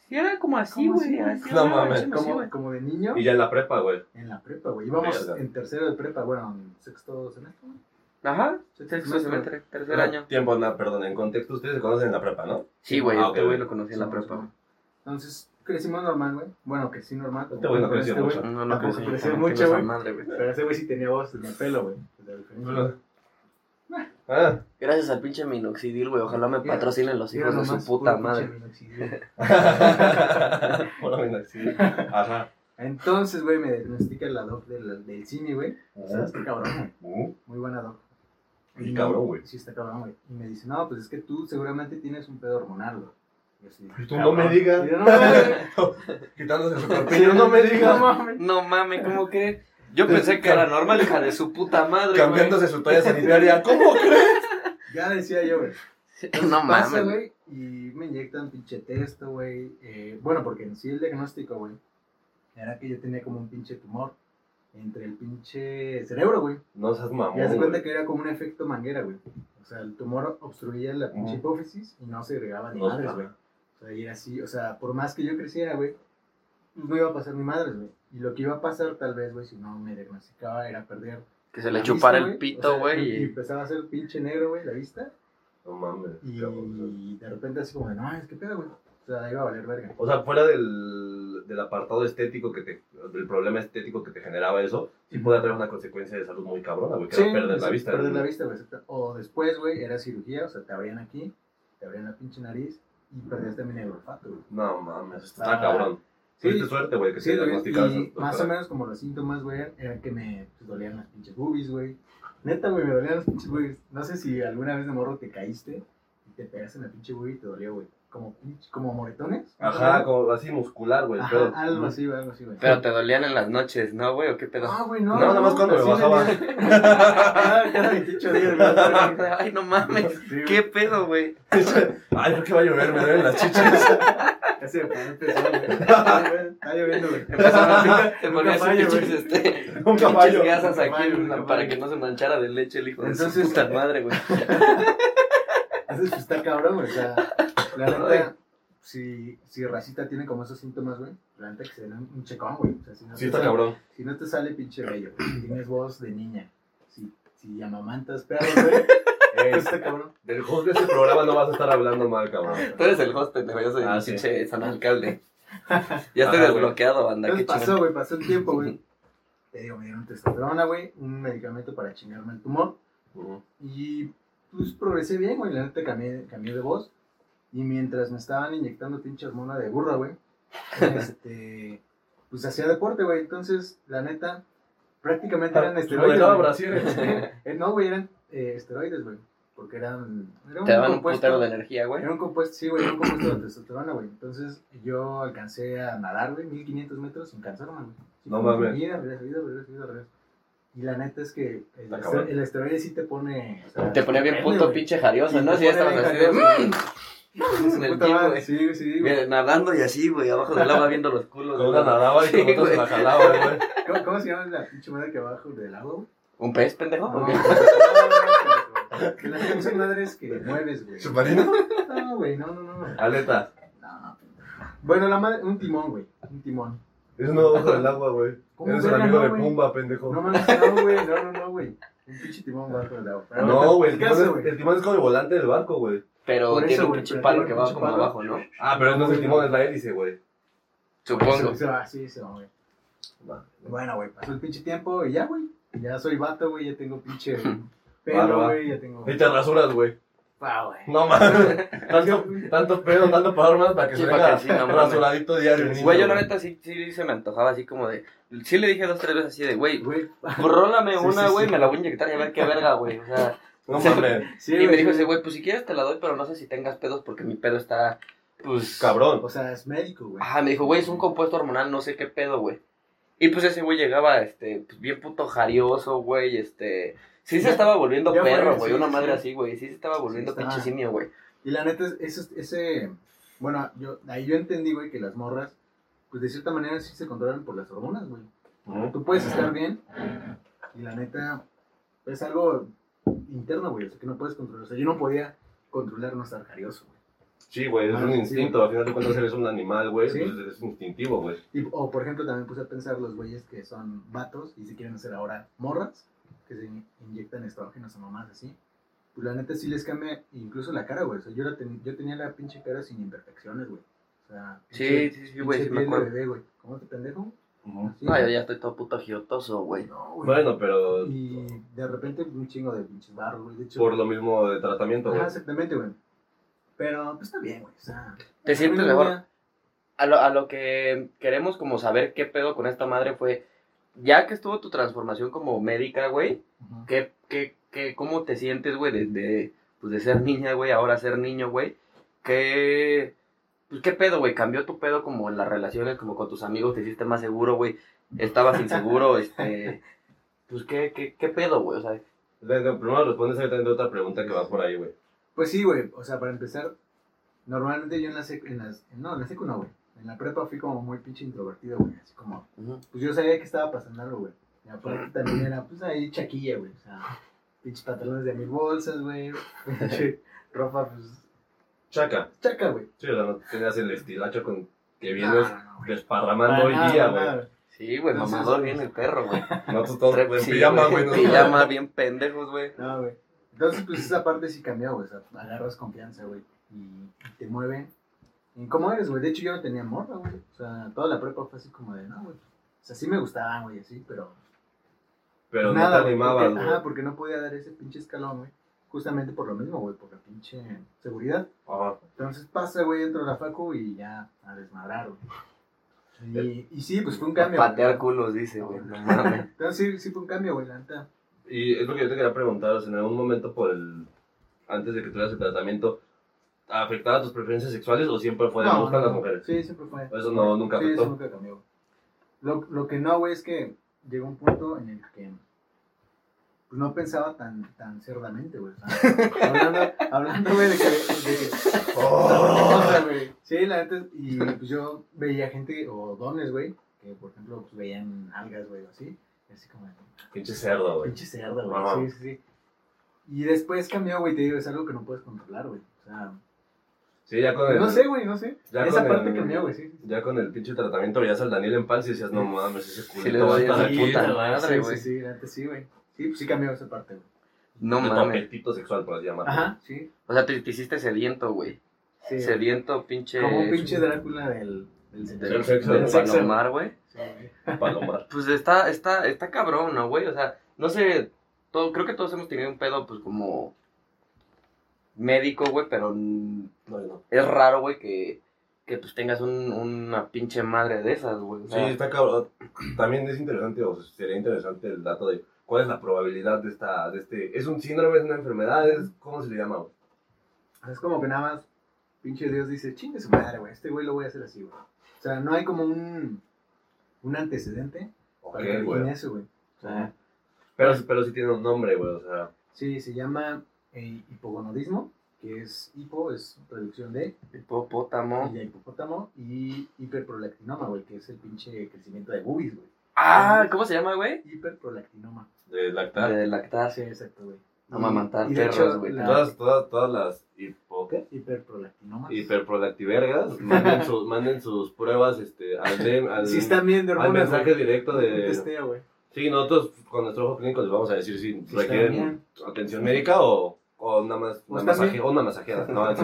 Speaker 1: Sí, era como así,
Speaker 3: ¿Cómo
Speaker 1: güey.
Speaker 3: así, güey?
Speaker 1: así,
Speaker 2: No
Speaker 1: güey,
Speaker 2: mames,
Speaker 1: así,
Speaker 3: como,
Speaker 1: güey.
Speaker 3: como de niño
Speaker 2: Y ya en la prepa, güey.
Speaker 3: en la prepa, güey. Íbamos
Speaker 2: Verga.
Speaker 3: en tercero de prepa, bueno, en sexto semestre. güey.
Speaker 1: Ajá,
Speaker 3: Sexto
Speaker 1: sexto semestre, tercer año.
Speaker 2: Tiempo, no, perdón, en contexto, ustedes se conocen en la prepa, ¿no?
Speaker 1: Sí, güey,
Speaker 2: Ah, ok,
Speaker 1: este güey
Speaker 2: güey.
Speaker 1: lo conocí en la prepa, güey.
Speaker 3: Entonces, crecimos normal, güey. Bueno, crecí normal.
Speaker 2: Este güey no
Speaker 3: Ah, Pero
Speaker 2: creció mucho.
Speaker 1: No, no
Speaker 3: Tampoco
Speaker 1: crecí.
Speaker 3: creció
Speaker 1: no
Speaker 3: mucho,
Speaker 1: tengo esa
Speaker 3: güey.
Speaker 1: madre, güey.
Speaker 3: Pero ese güey sí tenía voz en el pelo, güey. La diferencia.
Speaker 2: Ah,
Speaker 1: Gracias al pinche minoxidil, güey. Ojalá me
Speaker 3: Mira,
Speaker 1: patrocinen los
Speaker 3: Era
Speaker 1: hijos de
Speaker 3: nomás
Speaker 1: su puta
Speaker 3: puro pinche
Speaker 1: madre.
Speaker 3: minoxidil.
Speaker 2: Por lo menos, sí. Ajá.
Speaker 3: Entonces, güey, me diagnostica la doc del, del cine, güey. O
Speaker 1: Ah.
Speaker 3: sea, está cabrón, güey.
Speaker 2: Uh,
Speaker 3: Muy buena doc.
Speaker 2: y cabrón, güey.
Speaker 3: Sí, está cabrón, güey. Y me dice, no, pues es que tú seguramente tienes un pedo hormonal, güey. Y yo así,
Speaker 2: Pues Tú no me
Speaker 3: cabrón.
Speaker 2: digas.
Speaker 3: Y yo, Pues no mames.
Speaker 2: Quitándose su corpiño, no me
Speaker 3: No
Speaker 2: digas.
Speaker 3: mames.
Speaker 1: No mames, ¿cómo crees? Yo pensé que era normal, hija de su puta madre.
Speaker 2: Cambiándose su toalla sanitaria. ¿Cómo crees?
Speaker 3: Ya decía yo, güey.
Speaker 1: güey. No
Speaker 3: Pasa,
Speaker 1: mames.
Speaker 3: güey, y me inyectan pinche testo, güey. Eh, bueno, porque en sí el diagnóstico, güey, era que yo tenía como un pinche tumor entre el pinche cerebro, güey.
Speaker 2: No seas
Speaker 3: Y haz de
Speaker 2: mamón.
Speaker 3: cuenta
Speaker 2: güey.
Speaker 3: que era como un efecto manguera, güey. O sea, el tumor obstruía la pinche
Speaker 2: Ujú.
Speaker 3: hipófisis y no segregaba ni
Speaker 2: No,
Speaker 3: madres,
Speaker 2: ajá.
Speaker 3: güey. O sea, y era así, o sea, por más que yo creciera, güey, pues no iba a pasar ni madres, güey. Y lo que iba a pasar, tal vez, güey, si no me diagnosticaba, era perder.
Speaker 1: Que se le
Speaker 3: la
Speaker 1: chupara
Speaker 3: vista,
Speaker 1: el
Speaker 3: güey. O
Speaker 1: pito,
Speaker 3: sea,
Speaker 1: güey.
Speaker 3: Y
Speaker 1: y-
Speaker 3: empezaba a ser pinche negro, güey, la vista.
Speaker 2: No mames. cabrón.
Speaker 3: Y de repente así como de, no, es que pedo, güey. O sea, iba a valer verga.
Speaker 2: O sea, fuera del, del apartado estético que te, del problema estético que te generaba eso, sí puede traer una consecuencia de salud muy cabrona, güey, que era perder la
Speaker 3: sí,
Speaker 2: vista.
Speaker 3: Perder
Speaker 2: güey.
Speaker 3: la vista, güey. exacto. O después, güey, era cirugía, o sea, te abrían aquí, te abrían la pinche nariz y perdías también el olfato, güey.
Speaker 2: No mames, está
Speaker 3: Estaba-
Speaker 2: cabrón. Tuviste
Speaker 3: Ah, Sí,
Speaker 2: suerte, güey, que
Speaker 3: Sí,
Speaker 2: te
Speaker 3: güey,
Speaker 2: diagnosticaron.
Speaker 3: y más o menos como los síntomas, güey, era que me pues, dolían las pinches boobies, güey. Neta, güey, me dolían las pinches boobies. No sé si alguna vez de morro te caíste y te pegaste en la pinche boobie y te dolió, güey. Como, pinche- como moretones.
Speaker 2: Ajá,
Speaker 3: ¿no?
Speaker 2: como así muscular, güey.
Speaker 3: Ajá,
Speaker 2: pero-
Speaker 3: algo así, güey, algo así, güey.
Speaker 1: Pero te dolían en las noches, ¿no, güey? ¿O qué pedo?
Speaker 3: Ah, güey,
Speaker 2: No,
Speaker 3: no. Ah,
Speaker 2: nada más cuando me
Speaker 3: así de
Speaker 2: bajaba.
Speaker 3: bien. Cada cada 28 días, güey.
Speaker 1: Ay, no mames.
Speaker 3: Sí, güey.
Speaker 1: ¿Qué pedo, güey?
Speaker 2: Ay, creo que va a llover, me duelen las chichas.
Speaker 3: Ya se me paró el pezón, güey. Está lloviendo, güey.
Speaker 1: Empezaron- Te
Speaker 3: Nunca
Speaker 1: ponías
Speaker 3: fallo,
Speaker 1: pinches,
Speaker 3: güey.
Speaker 1: este,
Speaker 2: Un
Speaker 1: pinches
Speaker 2: caballo.
Speaker 1: gasas
Speaker 3: Un
Speaker 1: aquí
Speaker 3: caballo,
Speaker 1: en la-
Speaker 3: un caballo.
Speaker 1: para que no se manchara de leche el hijo de
Speaker 3: Entonces- eh,
Speaker 1: su puta madre, güey.
Speaker 3: Entonces, pues, está cabrón, güey. O sea, la neta, si, si Racita tiene como esos síntomas, güey, la neta que se den un un checón, güey. O sea, si no,
Speaker 2: Sí,
Speaker 3: te
Speaker 2: está
Speaker 3: sale,
Speaker 2: cabrón.
Speaker 3: si no te sale pinche bello, güey. Si tienes voz de niña, si, si amamantas perros, güey,
Speaker 2: Eh,
Speaker 3: pues, está cabrón.
Speaker 2: del host de este programa no vas a estar hablando mal, cabrón.
Speaker 1: Tú eres el host, pendejo. Yo soy
Speaker 2: Ah,
Speaker 1: el
Speaker 2: sí.
Speaker 1: pinche San Alcalde. Ya estoy
Speaker 2: Ajá, güey.
Speaker 1: desbloqueado, banda.
Speaker 3: Entonces
Speaker 1: Qué
Speaker 3: pasó,
Speaker 1: chingón.
Speaker 3: güey, pasó el tiempo, güey. Te digo, me dieron testosterona, güey, un medicamento para chingarme el tumor.
Speaker 2: Ujú.
Speaker 3: Y pues progresé bien, güey. La neta cambié, cambié de voz. Y mientras me estaban inyectando pinche hormona de burra, güey, este, pues hacía deporte, güey. Entonces, la neta, prácticamente
Speaker 2: Ah,
Speaker 3: eran
Speaker 2: pues,
Speaker 3: esteroides.
Speaker 2: Manejaba
Speaker 3: este, güey.
Speaker 2: brasieres.
Speaker 3: Eh, no, güey, eran eh, esteroides, güey. Porque eran. Era un
Speaker 1: Te daban un
Speaker 3: compuesto-
Speaker 1: putero de energía, güey.
Speaker 3: Era un compuesto, sí, güey, era un compuesto de testosterona, güey. Entonces, yo alcancé a nadar, güey, 1500 metros sin cansarme, güey. Sí,
Speaker 2: No
Speaker 3: como que
Speaker 2: mames.
Speaker 3: Mira, mira, mira, mira, mira, mira. Y la neta es que el,
Speaker 2: Está
Speaker 3: ester-
Speaker 2: cabrón.
Speaker 3: el esteroide sí te pone. o sea,
Speaker 1: Te ponía bien
Speaker 3: depende,
Speaker 1: puto
Speaker 3: güey.
Speaker 1: pinche jarioso,
Speaker 3: Sí,
Speaker 1: ¿no?
Speaker 3: te
Speaker 1: Si ya
Speaker 3: pone
Speaker 1: estabas así
Speaker 3: bien
Speaker 1: de...
Speaker 3: jarioso.
Speaker 1: "Mm",
Speaker 3: Su
Speaker 1: en el
Speaker 3: puta
Speaker 1: pie,
Speaker 3: madre,
Speaker 1: güey.
Speaker 3: Sí, sí, güey.
Speaker 1: Mira, Nadando y así, güey, abajo del agua viendo los culos.
Speaker 2: Con
Speaker 1: de
Speaker 2: una
Speaker 1: los-
Speaker 2: nadaba y con
Speaker 1: Sí,
Speaker 2: otra se
Speaker 1: güey.
Speaker 2: la jalaba, güey.
Speaker 3: ¿Cómo, cómo se llama la pinche madre que abajo del agua?
Speaker 1: ¿Un pez, pendejo?
Speaker 3: No,
Speaker 1: ¿O
Speaker 3: güey,
Speaker 1: qué?
Speaker 3: no, no, no, no, que las pinches madres que mueves, güey.
Speaker 2: ¿Submarino?
Speaker 3: No, güey, no, no, no.
Speaker 2: Aleta.
Speaker 3: No. Bueno, la madre, un timón, güey. Un timón.
Speaker 2: Es una bajo del agua, güey.
Speaker 3: ¿Cómo
Speaker 2: Eres el
Speaker 3: verga,
Speaker 2: amigo
Speaker 3: no,
Speaker 2: de
Speaker 3: güey?
Speaker 2: Pumba, pendejo.
Speaker 3: No mames, no, güey, no, no, no, güey. Un pinche timón bajo del agua. Pero
Speaker 2: No,
Speaker 3: bueno,
Speaker 2: güey, el
Speaker 3: el caso,
Speaker 2: timón es-
Speaker 3: güey.
Speaker 2: el timón es como el volante del barco, güey.
Speaker 1: Pero
Speaker 3: Por
Speaker 1: tiene
Speaker 3: eso,
Speaker 1: un
Speaker 3: güey,
Speaker 1: pinche
Speaker 3: pero
Speaker 1: palo
Speaker 3: tiene
Speaker 1: que
Speaker 3: un
Speaker 1: va
Speaker 3: pinche
Speaker 1: como
Speaker 3: palo.
Speaker 1: abajo, ¿no?
Speaker 2: Ah, pero no es el timón, es la hélice, güey.
Speaker 1: Supongo.
Speaker 3: Se- se va, sí, se va, güey.
Speaker 2: Va.
Speaker 3: Bueno, güey, pasó el pinche tiempo y ya, güey. Ya soy vato, güey, ya tengo pinche
Speaker 2: Barba.
Speaker 3: pelo, güey, ya tengo.
Speaker 2: Y te rasuras, güey.
Speaker 3: Ah, güey.
Speaker 2: No mames. Tanto, tanto pedo, tanto para más para que
Speaker 1: Sí,
Speaker 2: se
Speaker 1: para
Speaker 2: venga
Speaker 1: que sí, no mames.
Speaker 2: rasuradito diario. niño,
Speaker 1: Güey, yo la neta sí, sí se me antojaba así como de... Sí le dije dos, tres veces así de, güey,
Speaker 3: Güey,
Speaker 1: rólame
Speaker 3: Sí,
Speaker 1: una,
Speaker 3: sí,
Speaker 1: güey,
Speaker 3: sí.
Speaker 1: me la voy a inyectar y a ver qué verga, güey. O sea,
Speaker 2: No mames.
Speaker 3: sí,
Speaker 1: y me dijo ese güey, pues si quieres te la doy, pero no sé si tengas pedos porque mi pedo está, pues...
Speaker 2: Cabrón.
Speaker 3: O sea, es médico, güey.
Speaker 1: Ajá, me dijo, güey, es un compuesto hormonal, no sé qué pedo, güey. Y pues ese güey llegaba, este, pues bien puto jarioso, güey, este... Sí se
Speaker 3: Ya-
Speaker 1: estaba volviendo
Speaker 3: ya fue,
Speaker 1: perro, güey,
Speaker 3: sí,
Speaker 1: una
Speaker 3: sí.
Speaker 1: madre así, güey. Sí se estaba volviendo
Speaker 3: estaba-
Speaker 1: pinche simio, güey.
Speaker 3: Y la neta, es- ese, ese bueno, yo, ahí yo entendí, güey, que las morras, pues de cierta manera sí se controlan por las hormonas, güey.
Speaker 2: Ujú.
Speaker 3: Tú puedes estar bien y la neta es algo interno, güey, o sea, que no puedes controlar. O sea, yo no podía controlar no estar jarioso, güey.
Speaker 2: Sí, güey, es
Speaker 3: Ah,
Speaker 2: un
Speaker 3: sí,
Speaker 2: instinto. Al final de cuentas eres un animal, güey.
Speaker 3: Sí.
Speaker 2: Entonces eres instintivo, güey.
Speaker 3: Y- o, por ejemplo, también puse a pensar los güeyes que son vatos y se quieren hacer ahora morras, que se in- inyectan estrógenos o mamás así. Pues la neta sí les cambia incluso la cara, güey. O sea, yo, la ten- yo tenía la pinche cara sin imperfecciones, güey. O sea,
Speaker 1: Sí, sí, sí, güey, sí me acuerdo.
Speaker 3: ¿Cómo te pendejo?
Speaker 2: Ujú.
Speaker 3: Sí,
Speaker 1: No, yo
Speaker 3: güey.
Speaker 1: ya estoy todo puto giotoso, güey.
Speaker 3: No, güey.
Speaker 2: Bueno, pero
Speaker 3: Y de repente un chingo de pinches barro, güey. De hecho,
Speaker 2: por lo mismo de tratamiento, güey.
Speaker 3: Ajá, exactamente, güey. Pero, pues está bien, güey. O sea,
Speaker 1: Te sientes
Speaker 3: Ay,
Speaker 1: mejor.
Speaker 3: mira.
Speaker 1: A lo, a lo que queremos como saber qué pedo con esta madre fue, ya que estuvo tu transformación como médica, güey,
Speaker 3: Ujú.
Speaker 1: ¿qué, qué, qué, ¿cómo te sientes, güey, de, de, pues de ser niña, güey, ahora ser niño, güey? ¿Qué, pues, qué pedo, güey? ¿Cambió tu pedo como en las relaciones, como con tus amigos? ¿Te hiciste más seguro, güey? ¿Estabas inseguro? este, pues, ¿qué, qué, qué pedo, güey? O sea,
Speaker 2: De- de- Primero respondes ahorita otra pregunta que va por ahí, güey.
Speaker 3: Pues sí, güey. O sea, para empezar, normalmente yo en la sec, en las, no, en la secu no, güey. En la prepa fui como muy pinche introvertido, güey. Así como,
Speaker 1: ujú.
Speaker 3: pues yo sabía que estaba pasando algo, güey. Y aparte también era, pues ahí chaquilla, güey. O sea, pinches pantalones de mil bolsas, güey. Pinche ropa, pues,
Speaker 2: Chaca.
Speaker 3: chaca, güey.
Speaker 2: Sí, o sea, no tenías el estilacho con que
Speaker 3: No,
Speaker 1: Ah,
Speaker 2: vienes
Speaker 3: no, güey.
Speaker 2: desparramando hoy
Speaker 3: Para
Speaker 2: día,
Speaker 3: nada,
Speaker 2: güey.
Speaker 3: güey.
Speaker 1: Sí, güey,
Speaker 3: Entonces,
Speaker 1: mamador
Speaker 3: güey.
Speaker 1: bien el perro, güey.
Speaker 2: Nosotros todos en
Speaker 1: pues, Sí,
Speaker 2: pijama, güey.
Speaker 1: en
Speaker 2: ¿no?
Speaker 1: Pijama, bien pendejos, güey.
Speaker 3: No, güey. Entonces, pues esa parte sí cambió, güey. O sea, agarras confianza, güey. Y te mueve. ¿Y cómo eres, güey? De hecho, yo no tenía morra, güey. O sea, toda la prepa fue así como de, no, güey. O sea, sí me gustaban, güey, así, pero.
Speaker 2: Pero
Speaker 3: nada,
Speaker 2: no te
Speaker 3: güey,
Speaker 2: animabas,
Speaker 3: porque-
Speaker 2: güey.
Speaker 3: Ajá, porque no podía dar ese pinche escalón, güey. Justamente por lo mismo, güey, por la pinche seguridad.
Speaker 2: Ajá.
Speaker 3: Entonces pasa, güey, entro a la facu y ya, a desmadrar, güey. Y, y sí, pues fue un cambio.
Speaker 1: Patear
Speaker 3: güey.
Speaker 1: culos, dice, güey. No mames.
Speaker 3: Entonces sí, sí fue un cambio, güey, la neta.
Speaker 2: Y es lo que yo te quería preguntar, o sea, en algún momento por el... Antes de que tuvieras el tratamiento, ¿afectaba tus preferencias sexuales o siempre fue de me gustan las mujeres?
Speaker 3: Sí, siempre fue.
Speaker 2: Eso no, nunca
Speaker 3: Sí, eso
Speaker 2: afectó.
Speaker 3: nunca cambió. Lo, lo que no, güey, es que llegó un punto en el que pues, no pensaba tan, tan cerdamente, güey. o sea, hablando, hablando, güey, de que... de- o sea, güey, sí, la neta, y pues yo veía gente, o dones, güey, que por ejemplo pues, veían algas, güey, o así. Y así como,
Speaker 2: Pinche cerdo, güey.
Speaker 3: pinche cerda, güey.
Speaker 2: Ajá.
Speaker 3: Sí, sí, sí. Y después cambió, güey, te digo, es algo que no puedes controlar, güey. O sea,
Speaker 2: Sí, ya con el...
Speaker 3: no sé, güey, no sé.
Speaker 2: Ya
Speaker 3: Esa
Speaker 2: con
Speaker 3: parte
Speaker 2: el-
Speaker 3: cambió, güey, sí. sí, sí.
Speaker 2: Ya con el pinche tratamiento veías al Daniel en paz y decías, no mames, ese
Speaker 1: Sí, le
Speaker 2: culito va a
Speaker 1: doy
Speaker 2: estar
Speaker 1: a
Speaker 2: aquí.
Speaker 1: la puta
Speaker 2: güey.
Speaker 1: madre,
Speaker 3: sí,
Speaker 1: güey.
Speaker 3: sí, sí, antes sí, güey. Sí, pues sí cambió esa parte, güey.
Speaker 1: No
Speaker 2: De tu
Speaker 1: mames.
Speaker 2: apetito sexual, por así llamarlo.
Speaker 3: Ajá, sí.
Speaker 1: O sea, te, te hiciste sediento, güey.
Speaker 3: sí.
Speaker 1: Sediento, pinche.
Speaker 3: Como un pinche Drácula del,
Speaker 1: del-
Speaker 3: del sexo.
Speaker 2: Del sexo.
Speaker 1: del
Speaker 3: Del sexo.
Speaker 1: palomar, güey.
Speaker 3: Sí, güey.
Speaker 2: Paloma.
Speaker 1: Pues está, está, está cabrón, ¿no, güey? O sea, no sé. Todo, creo que todos hemos tenido un pedo, pues como. Médico, güey, pero mm,
Speaker 2: No, no.
Speaker 1: es raro, güey, que, que pues tengas un, una pinche madre de esas, güey. O
Speaker 2: Sí,
Speaker 1: sea,
Speaker 2: está cabrón. También es interesante, o sea, sería interesante el dato de cuál es la probabilidad de esta, de este, es un síndrome, es una enfermedad, es, ¿cómo se le llama? güey?
Speaker 3: O sea, es como que nada más pinche Dios dice, chingue su madre, güey, este güey lo voy a hacer así, güey. O sea, no hay como un, un antecedente para que
Speaker 2: Ok,
Speaker 3: define
Speaker 2: güey.
Speaker 3: eso, güey. O sea,
Speaker 2: Pero, pero sí tiene un nombre, güey, o sea,
Speaker 3: sí, se llama eh, hipogonadismo, que es hipo, es reducción de,
Speaker 1: hipopótamo.
Speaker 3: y de hipopótamo, y hiperprolactinoma, güey, que es el pinche crecimiento de boobies, güey.
Speaker 1: Ah, ¿cómo se llama, güey?
Speaker 3: Hiperprolactinoma.
Speaker 2: de Eh, lactar.
Speaker 1: De lactar.
Speaker 3: Sí, exacto, güey. Y-
Speaker 1: Amamantar
Speaker 3: Ah. y de hecho,
Speaker 1: perros, güey.
Speaker 3: la-
Speaker 2: Todas, todas, todas las hipo, ¿qué?
Speaker 3: Hiperprolactinomas.
Speaker 2: hiperprolactivergas manden, sus, manden sus pruebas este, al, DM, al,
Speaker 3: Sí, están bien de
Speaker 2: al
Speaker 3: hormonas.
Speaker 2: mensaje
Speaker 3: güey.
Speaker 2: directo
Speaker 3: Un
Speaker 2: de...
Speaker 3: testeo, güey.
Speaker 2: Sí, nosotros con nuestro ojo clínico les vamos a decir si
Speaker 3: Sí,
Speaker 2: requieren
Speaker 3: están
Speaker 2: atención médica o, o una, mas, una,
Speaker 3: Pues
Speaker 2: masaje,
Speaker 3: también.
Speaker 2: o una masajera. No, es-